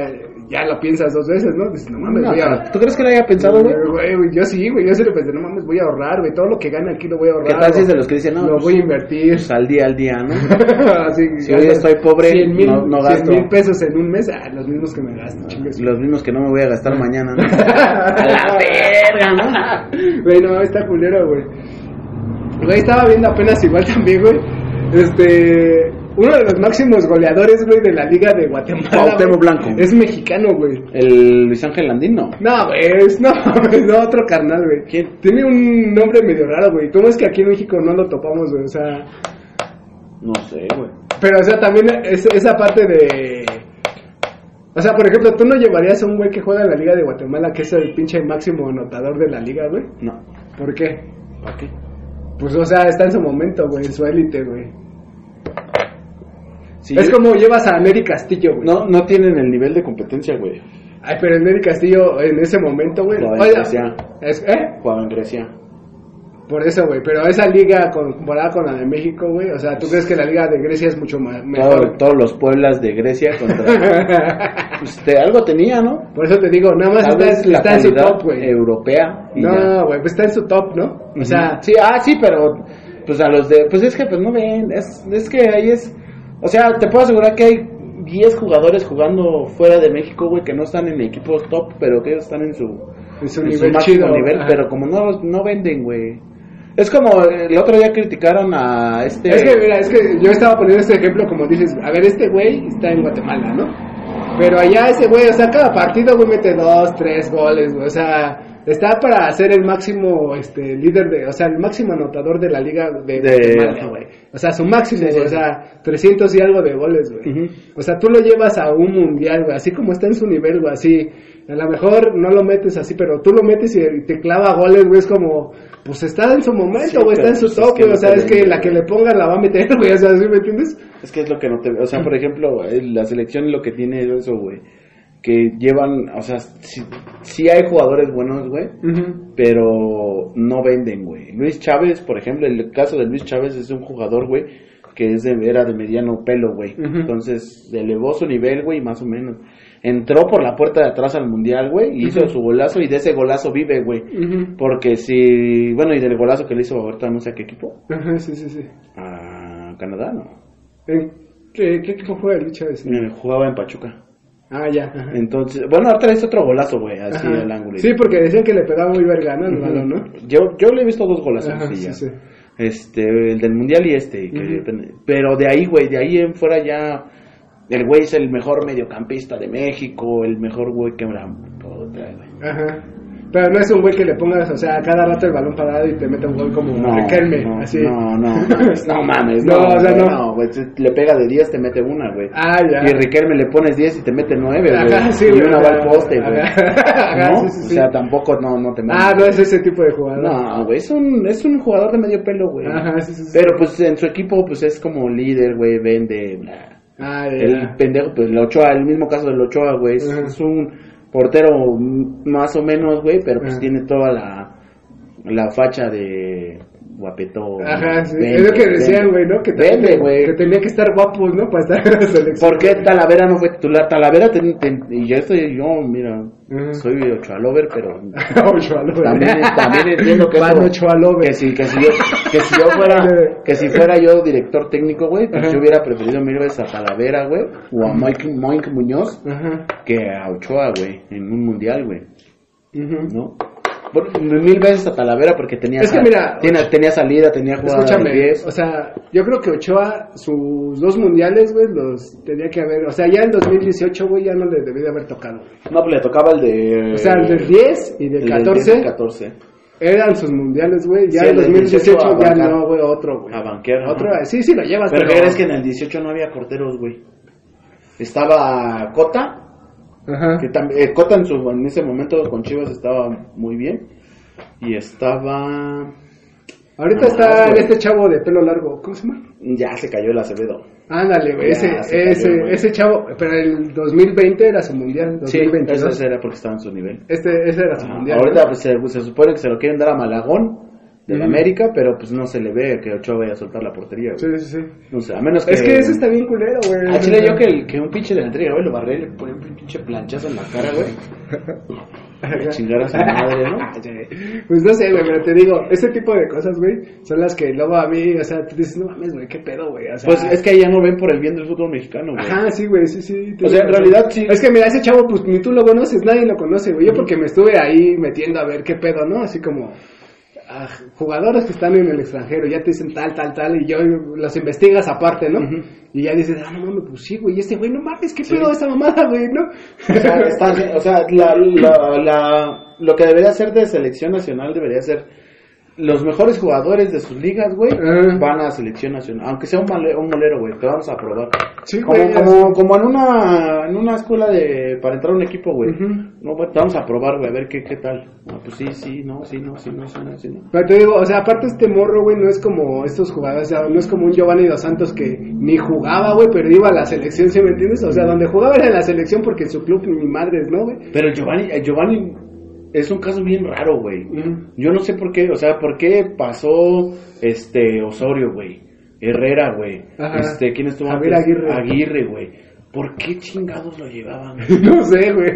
ya lo piensas dos veces, ¿no? Dices, no mames,
No,
voy
pero,
a...
¿Tú crees que lo haya pensado, güey?
Güey, güey, yo sí, güey, yo sí le pensé, no mames, voy a ahorrar, güey, todo lo que gane aquí lo voy a ahorrar.
¿Qué tal si
güey.
es de los que dicen, no,
Lo
pues,
voy a invertir.
Pues al día, al día, ¿no?
Así,
Si hoy estoy pobre, no- no gasto.
mil pesos en un mes, ah, los mismos que me gasto, chingues.
Los mismos que no me voy a gastar mañana, ¿no? A la verga, ¿no?
Güey, no, está culero, güey. Güey, estaba viendo apenas igual también, güey. Este. Uno de los máximos goleadores, güey, de la Liga de Guatemala.
Cuauhtémoc
güey,
Blanco.
Es mexicano, güey.
El Luis Ángel Landín, no.
No, güey, es, no, es no, otro carnal, güey.
¿Quién?
Tiene un nombre medio raro, güey. ¿Cómo es que aquí en México no lo topamos, güey? O sea.
No sé, güey.
Pero, o sea, también es- esa parte de. O sea, por ejemplo, tú no llevarías a un güey que juega en la Liga de Guatemala, que es el pinche máximo anotador de la liga, güey.
No.
¿Por qué?
¿Para qué?
Pues, o sea, está en su momento, güey, en su élite, güey.
Si
es
yo-
como llevas a Neri Castillo, güey.
No, no tienen el nivel de competencia, güey.
Ay, pero Neri Castillo en ese momento, güey.
Lo
oiga,
desgracia.
es- ¿Eh?
Jugaba en Grecia.
Por eso, güey. Pero esa liga con- comparada con la de México, güey. O sea, ¿tú crees que la liga de Grecia es mucho ma-
Todo-
mejor?
todos los pueblas de Grecia contra... Pues, te- algo tenía, ¿no?
por eso te digo, nada más
Tal
está,
vez la
está en su
calidad
top, güey.
europea. y ya.
No, güey, pues está en su top, ¿no? O sea,
sí, ah, sí, pero pues a los de, pues es que pues no ven, es, es que ahí es, o sea, te puedo asegurar que hay 10 jugadores jugando fuera de México, güey, que no están en equipos top, pero que ellos están en su,
es un
en su
nivel
máximo
chido.
nivel,
ajá.
pero como no los- no venden, güey. Es como el otro día criticaron a este
Es que, mira, es que yo estaba poniendo este ejemplo como dices, a ver, este güey está en Guatemala, ¿no? Pero allá ese güey, o sea, cada partido, güey, mete dos, tres goles, güey, o sea, está para ser el máximo, este, líder de, o sea, el máximo anotador de la liga de,
De-
Guatemala, güey. O sea, su máximo,
Sí, sí,
güey, o
sí.
sea, 300 y algo de goles, güey.
Ujú.
O sea, tú lo llevas a un mundial, güey, así como está en su nivel, güey, así. A lo mejor no lo metes así, pero tú lo metes y te clava goles, güey, es como, pues está en su
Sí,
momento, güey,
pero
está en su
pues es
top,
que
güey,
no
o sea,
te
es que
vende,
la que
güey.
le pongan la va a meter, güey, o sea, ¿sí me entiendes?
Es que es lo que no te... O sea, por ejemplo, eh, la selección lo que tiene es eso, güey. que llevan, o sea, sí, sí hay jugadores buenos, güey,
Ujú.
pero no venden, güey. Luis Chávez, por ejemplo, el caso de Luis Chávez es un jugador, güey, que es de, era de mediano pelo, güey.
Ujú.
Entonces, elevó su nivel, güey, más o menos. Entró por la puerta de atrás al mundial, güey, y hizo
Ujú.
su golazo y de ese golazo vive, güey.
Ujú.
Porque si, bueno, y del golazo que le hizo ahorita no sé a qué equipo,
Ajá, sí, sí, sí.
a Canadá, ¿no?
¿En ¿Qué, qué equipo juega Luis Chávez?
Eh, Jugaba en Pachuca.
Ah, ya. ajá.
Entonces, bueno, ahorita le hizo otro golazo, güey, así
Ajá.
al ángulo.
Sí, porque decían que le pegaba muy verga, ¿no? El
Ujú.
balón, ¿no?
Yo, yo le he visto dos golazos.
Ajá,
sí,
sí,
ya.
sí.
Este, el del mundial y este. que
Ujú.
depende- Pero de ahí, güey, de ahí en fuera ya. El güey es el mejor mediocampista de México, el mejor güey que habrá. Puta, güey.
Ajá. Pero no es un güey que le pongas, o sea, a cada rato el balón parado y te mete un gol como
No,
Riquelme,
no,
así.
no, no, mames, no mames,
No,
no,
o sea,
güey,
no.
no, güey, si le pega de 10, te mete una, güey.
Ah, ya.
Y Riquelme le pones 10 y te mete 9, güey.
Ajá, sí,
y
güey,
una va al
ajá,
poste, güey.
ajá, ajá,
¿No?
sí, sí, sí.
O sea, tampoco, no, no te mames.
Ah, no es ese tipo de jugador.
No, güey, es un, es un jugador de medio pelo, güey.
Ajá, sí, sí, sí.
Pero pues en su equipo, pues es como líder, güey, vende, bla.
Ah, ya.
El pendejo, pues el Ochoa, el mismo caso del Ochoa, güey, es,
Ajá.
es un portero mm, más o menos, güey, pero pues
Ajá.
tiene toda la, la facha de guapetón.
Ajá, sí.
Vende,
es lo que
vende.
decían, güey, ¿no? Que, también-
Vende, güey.
que tenía que estar guapo, ¿no? Para estar en la selección.
¿Por qué Talavera no fue titular? Talavera, ten- ten- y yo estoy, yo, mira,
Ajá.
soy Ochoa lover, pero
Ochoa Lover.
también, también entiendo que
Pan
eso-
Ochoa Lover.
que si que si yo que si yo fuera que si fuera yo director técnico güey pues
Ajá.
yo hubiera preferido mil veces a Talavera güey o a Mike, Mike Muñoz
Ajá.
que a Ochoa güey en un mundial güey
Ujú.
no Por- mil veces a Talavera porque tenía
Es que
sal-
mira,
tenía, tenía salida tenía jugada de
Escúchame,
10.
o sea, yo creo que Ochoa, sus dos mundiales, güey, los tenía que haber. O sea, ya en 2018, güey, ya no le debí de haber tocado. güey.
no pues le tocaba el de
O sea, el del 10 y del
Eh, el
14
10 y 14
eran sus mundiales, güey. Ya
Sí,
en
el del
2018
18
ya
a bancar.
no, güey, otro, güey.
A banquear, ajá.
Otro, sí, sí lo llevas,
pero crees que en el 18 no había porteros güey estaba Cota
Ajá.
que también eh, Cota en, su, en ese momento con Chivas estaba muy bien y estaba
Ahorita
No,
está
güey.
este chavo de pelo largo, ¿cómo se llama?
ya se cayó el Acevedo
Ándale, güey,
Ya,
ese,
se cayó,
ese,
güey.
ese chavo, pero el 2020 era su mundial,
sí
2022.
ese era porque estaba en su nivel
este, ese era su
Ajá.
mundial.
ahorita
¿no?
pues, se, se supone que se lo quieren dar a Malagón de la
Ujú.
América pero pues no se le ve que Ochoa vaya a soltar la portería güey.
Sí, sí, sí.
no sé a menos que
Es que eso está bien culero, güey.
al chile yo que, el- que un pinche delantero güey, lo barré le pone un pinche planchazo en la cara güey a chingar a su madre no
Pues no sé, güey, pero te digo, ese tipo de cosas, güey, son las que luego a mí, o sea, tú dices, no mames, güey, qué pedo, güey. O sea,
pues es que ya no ven por el bien del fútbol mexicano güey
Ajá, sí, güey, sí, sí. te
O sea,
digo,
en realidad
güey.
sí.
Es que mira, ese chavo, pues ni tú lo conoces, nadie lo conoce, güey. Yo porque me estuve ahí metiendo a ver qué pedo, ¿no? Así como ah, jugadores que están en el extranjero, ya te dicen tal, tal, tal, y yo los investigas aparte, ¿no?
Ujú.
Y ya dices, ah, no mames, pues sí, güey, y este güey, no mames, qué
Sí.
pedo esa mamada, güey, ¿no?
O sea, están- o sea, la- la- la- lo que debería ser de selección nacional debería ser los mejores jugadores de sus ligas, güey,
Ah.
van a selección nacional. Aunque sea un, male- un molero, güey, te vamos a probar.
Sí,
como,
güey,
como, como en una en una escuela de para entrar a un equipo, güey.
Ujú.
No, güey, te vamos a probar, güey, a ver qué, qué tal. Ah, pues sí, sí, no, sí, no, sí, no, sí, no, sí, no.
Pero te digo, o sea, aparte este morro, güey, no es como estos jugadores, o sea, no es como un Giovanni Dos Santos que ni jugaba, güey, pero iba a la selección, ¿sí me entiendes?
Mm.
O sea, donde jugaba era en la selección porque en su club ni madres, ¿no, güey?
Pero el Giovanni, el Giovanni es un caso bien raro, güey. Yo no sé por qué, o sea, por qué pasó este Osorio, güey. Herrera, güey.
Ajá.
Este, ¿quién estuvo
Javier Aguirre.
Aguirre, güey. ¿Por qué chingados lo llevaban?
No sé, güey.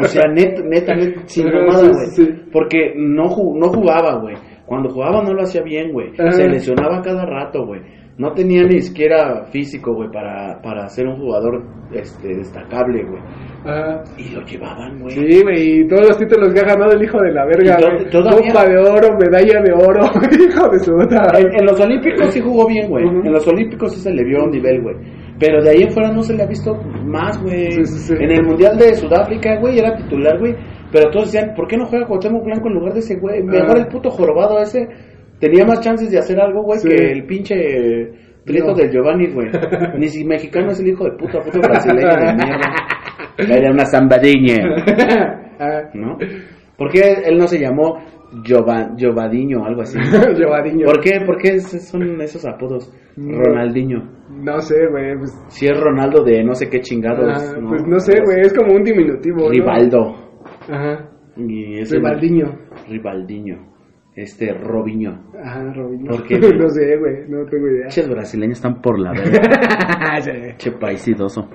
O sea, neta, neta, neta, sin
Ajá,
mamada,
sí,
güey.
sí, sí.
Porque no, ju- no jugaba, güey. Cuando jugaba no lo hacía bien, güey.
Ajá.
Se lesionaba cada rato, güey. No tenía ni siquiera físico, güey, para, para ser un jugador este, destacable, güey.
Ajá.
Y lo llevaban, güey.
Ah, Sí, güey, y todos los títulos que ha ganado el hijo de la verga,
Y to-
güey.
todavía-
Copa de oro, medalla de oro, hijo de su puta.
En, en los Olímpicos sí jugó bien, güey.
Ujú.
En los Olímpicos sí se le vio un nivel, güey. Pero de ahí en fuera no se le ha visto más, güey.
Sí, sí, sí.
En el Mundial de Sudáfrica, güey, era titular, güey. Pero todos decían, ¿por qué no juega Cuauhtémoc Blanco en lugar de ese güey? Mejor
Ah.
el puto jorobado ese tenía más chances de hacer algo, güey,
Sí.
que el pinche prieto
No.
del Giovanni, güey. Ni si mexicano es el hijo de puta, puto brasileño de mierda. Era una zambadiña,
Ah,
¿no? ¿Por qué él no se llamó Giova- Giovadiño o algo así?
Llevadiño.
¿Por qué? ¿Por qué es- son esos apodos? Ronaldinho.
No sé, güey. Pues,
Si es Ronaldo de no sé qué chingados.
ah, pues no sé, güey. Es como un diminutivo. ¿no?
Rivaldo.
Ajá.
Y es el-
Rivaldiño.
Rivaldiño. Este, Robinho.
Ajá, Robinho.
¿Por qué?
Ah, no sé, güey. No tengo idea.
Che, los brasileños están por la verga. che, país idoso.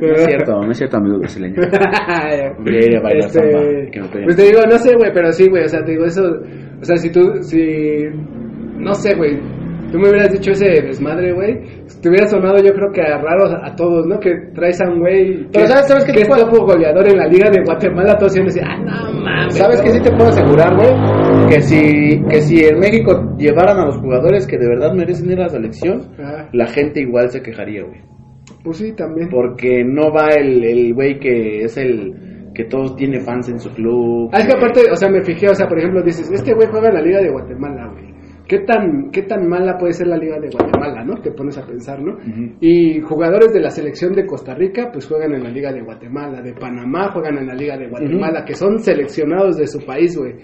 No es cierto, no es cierto, amigo brasileño.
Ah,
Voy a ir a bailar samba, que me peguen.
Este, pues te digo, no sé, güey, pero sí, güey, o sea, te digo eso, o sea, si tú, si, no sé, güey, tú me hubieras dicho ese desmadre, güey, te hubiera sonado yo creo que a raros a todos, ¿no? Que traes a un güey
Pero
que-
¿sabes- sabes qué
que
te
es
puedo-
topo goleador en la liga de Guatemala, todos siempre dicen, ah, no mames.
¿Sabes qué sí te puedo asegurar, güey? Que si, que si en México llevaran a los jugadores que de verdad merecen ir a la selección,
Ah,
la gente igual se quejaría, güey.
pues sí, también.
Porque no va el el güey que es el que todos tiene fans en su club.
Ah, es que aparte, o sea, me fijé, o sea, por ejemplo, dices, este güey juega en la Liga de Guatemala, güey. ¿Qué tan, ¿Qué tan mala puede ser la Liga de Guatemala, no? Te pones a pensar, ¿no? Y jugadores de la selección de Costa Rica, pues juegan en la Liga de Guatemala, de Panamá juegan en la Liga de Guatemala, que son seleccionados de su país, güey.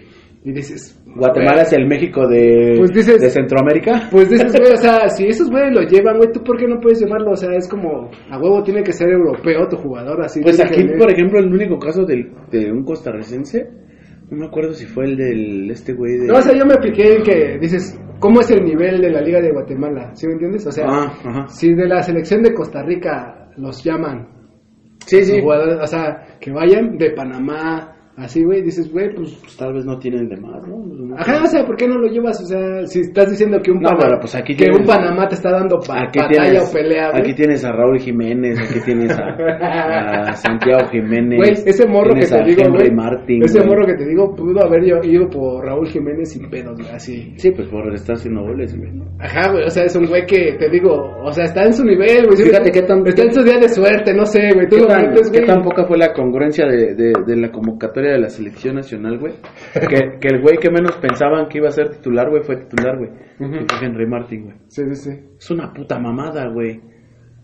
Y dices,
Guatemala es el México de,
Pues dices-
de Centroamérica.
pues dices, güey, o sea, si esos güeyes lo llevan, güey, ¿tú por qué no puedes llevarlo? O sea, es como, a huevo tiene que ser europeo tu jugador, así.
Pues
tiene
aquí,
que-
por ejemplo, el único caso del, de un costarricense, no me acuerdo si fue el del este güey de...
No, o sea, yo me fijé en que dices, ¿cómo es el nivel de la Liga de Guatemala? ¿Sí me entiendes? O sea,
Ah, ajá.
si de la selección de Costa Rica los llaman,
Sí, sí.
jugadores, o sea, que vayan de Panamá, así, güey, dices, güey, pues...
Pues tal vez no tienen de más, ¿no? Pues, No sé.
Ajá, o sea, ¿por qué no lo llevas? O sea, si estás diciendo que un,
No,
Panamá,
pero pues aquí
que
tienes-
un Panamá te está dando pa-
Aquí
batalla
tienes,
o pelea, güey.
aquí tienes a Raúl Jiménez, aquí tienes a, a Santiago Jiménez.
Güey, ese morro que
tienes
te
a
digo,
Henry
güey,
Martin,
ese
güey.
morro que te digo pudo haber yo- ido por Raúl Jiménez sin pedos, güey, así.
Sí, pues por estar haciendo goles, güey.
Ajá, güey, o sea, es un güey que, te digo, o sea, está en su nivel, güey.
Fíjate qué tan-
Está en su día de suerte, no sé, güey. Tú
¿Qué
lo
tan,
metes,
qué
güey.
tan poca fue la congruencia de, de, de la convocatoria de la selección nacional, güey? Que, que el güey que menos pensaban que iba a ser titular, güey, fue titular, güey.
Ujú.
Y fue Henry Martin, güey.
Sí, sí, sí.
Es una puta mamada, güey.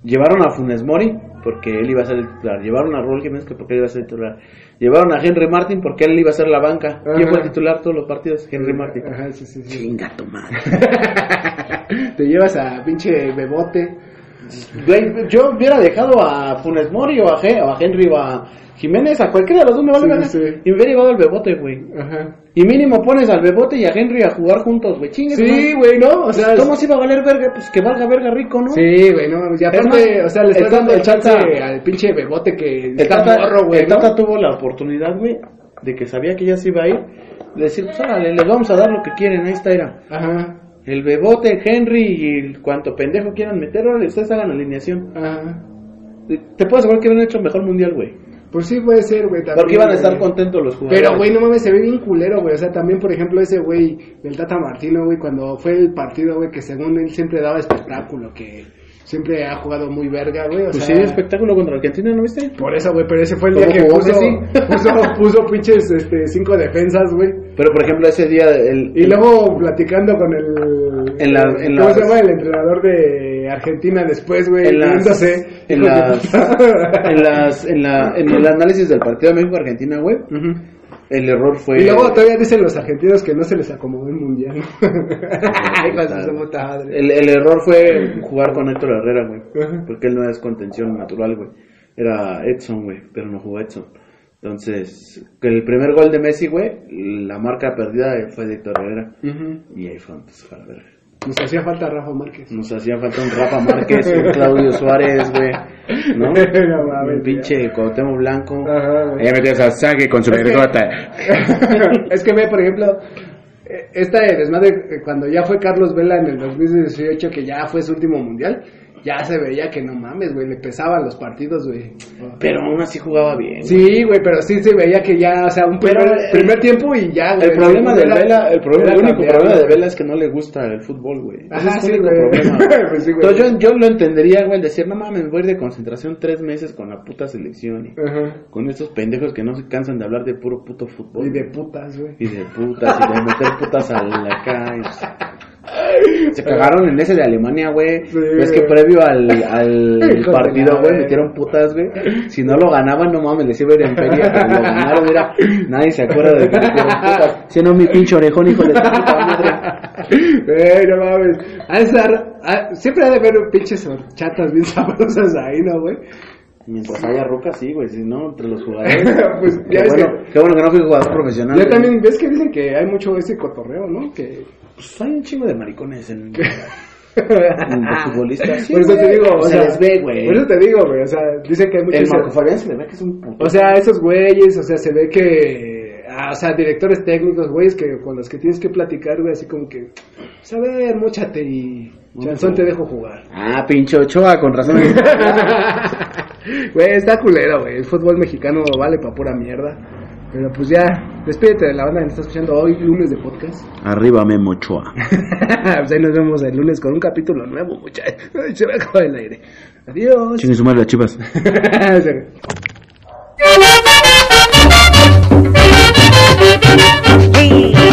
Llevaron a Funes Mori porque él iba a ser el titular. Llevaron a Raúl Jiménez que porque él iba a ser el titular. Llevaron a Henry Martin porque él iba a ser la banca. ¿Quién
Ajá.
fue el titular todos los partidos? Henry Martin.
Ajá, sí, sí, sí.
Chinga tu madre.
Te llevas a pinche bebote.
Güey, yo hubiera dejado a Funes Mori o a, Ge- o a Henry o a Jiménez, a cualquiera de los dos me vale
Sí,
verga.
sí.
Y me hubiera llevado al bebote, güey.
Ajá.
Y mínimo pones al bebote y a Henry a jugar juntos, güey. Chinga tu
Sí,
madre.
güey, ¿no? O sea,
¿Cómo se iba a valer verga? Pues que valga verga rico, ¿no?
Sí, güey, no. Y aparte,
más,
o sea, le estás
el Tata-
dando
el
chance
Tata-
al pinche bebote que
El
está
Tata,
morro, güey.
el
¿no?
Tata tuvo la oportunidad, güey, de que sabía que ya se iba a ir. de decir, pues órale, les vamos a dar lo que quieren, ahí está, era.
Ajá.
El Bebote, Henry y el cuanto pendejo quieran meter, órale, ustedes hagan alineación.
Ajá.
Te puedo asegurar que hubieran hecho mejor mundial, güey.
Pues sí, puede ser, güey. también,
Porque iban a estar
güey.
contentos los jugadores.
Pero, güey, no mames, se ve bien culero, güey. O sea, también, por ejemplo, ese güey del Tata Martino, güey, cuando fue el partido, güey, que según él siempre daba espectáculo, que siempre ha jugado muy verga, güey. O
Pues sí,
sea,
espectáculo contra Argentina, ¿no viste?
por eso, güey, pero ese fue el
Todo
día que
jugó,
puso,
sí.
puso, puso pinches este, cinco defensas, güey.
Pero, por ejemplo, ese día, el,
Y luego platicando con el.
En la- en
¿Cómo
las-
se llama? El entrenador de Argentina después, güey.
en las,
riéndose.
en
Hijo de
las,
puta.
en las, en la, en el análisis del partido de México-Argentina, güey, el error fue...
Y luego todavía dicen los argentinos que no se les acomodó el mundial. Hijos de su puta madre.
El, el error fue jugar con Héctor Herrera, güey.
Ajá.
Porque él no es contención natural, güey. Era Edson, güey, pero no jugó Edson. Entonces, que el primer gol de Messi, güey, la marca perdida fue de Héctor Herrera. Y ahí fue donde se fue a la verga.
Nos hacía falta Rafa Márquez.
Nos hacía falta un Rafa Márquez, un Claudio Suárez, güey. ¿No?
No mames,
el pinche Cuauhtémoc Blanco.
Ajá, güey.
Ahí metes a Sague con su
Es que-
vergota.
es que ve, por ejemplo, eh, esta de desmadre, eh, cuando ya fue Carlos Vela en el 2018, que ya fue su último mundial, ya se veía que no mames, güey, le pesaban los partidos, güey.
Pero aún así jugaba bien.
Sí, güey, pero sí se veía que ya, o sea, un
Pero
primer,
el-
primer tiempo y ya, güey.
El problema de
Era-
Vela, el, problema,
era
el único
cambiar,
problema
¿no?
de Vela es que no le gusta el fútbol, güey. Ese
Ajá,
es su
sí,
único
güey.
problema, güey.
Pues sí, güey.
Entonces yo, yo lo entendería, güey, el decir, no mames, voy a ir de concentración tres meses con la puta selección. y
Ajá.
con estos pendejos que no se cansan de hablar de puro puto fútbol.
Y de putas, güey.
y de putas, y de meter putas a la calle. pues, Se cagaron en ese de Alemania, güey.
Sí,
es que
güey.
previo al, al
Hijo de
partido,
la
güey,
verga.
metieron putas, güey. Si no lo ganaban, no mames, les iba a ir en feria. Pero lo ganaron, era. Nadie se acuerda de que metieron putas. Si no, mi pinche orejón, hijo de tu puta madre.
Güey, no mames. Ha de estar- ha- siempre ha de haber pinches horchatas bien sabrosas ahí, ¿no, güey?
Mientras haya ruca, sí, güey. Si no, entre los jugadores.
pues ya
Qué
ves
bueno, qué bueno que no fui jugador profesional.
que. Ya
güey.
también ves que dicen que hay mucho ese cotorreo, ¿no? Que.
Pues hay un chingo de maricones en.
Por
Mm, Los futbolistas. sí,
eso te
güey.
digo, o
se
sea,
les ve, güey.
Por eso te digo, güey. O sea, dicen que hay mucho
El
ese-
Marco Fabián se le ve que es un puto.
O sea, esos güeyes, o sea, se ve que. ah, O sea, directores técnicos, güeyes, que con los que tienes que platicar, güey, así como que. pues, a ver, múchate y. Chanzón, te dejo jugar.
Ah, pinche Ochoa, con razón.
Güey, está culero, güey. El fútbol mexicano vale pa' pura mierda. Pero pues ya, despídete de la banda que nos está escuchando hoy, lunes de podcast.
Arriba Memo Ochoa.
pues ahí nos vemos el lunes con un capítulo nuevo, muchachos. Ay, Se me acaba el aire. Adiós.
Chingue su madre las chivas.
Se-
Yeah.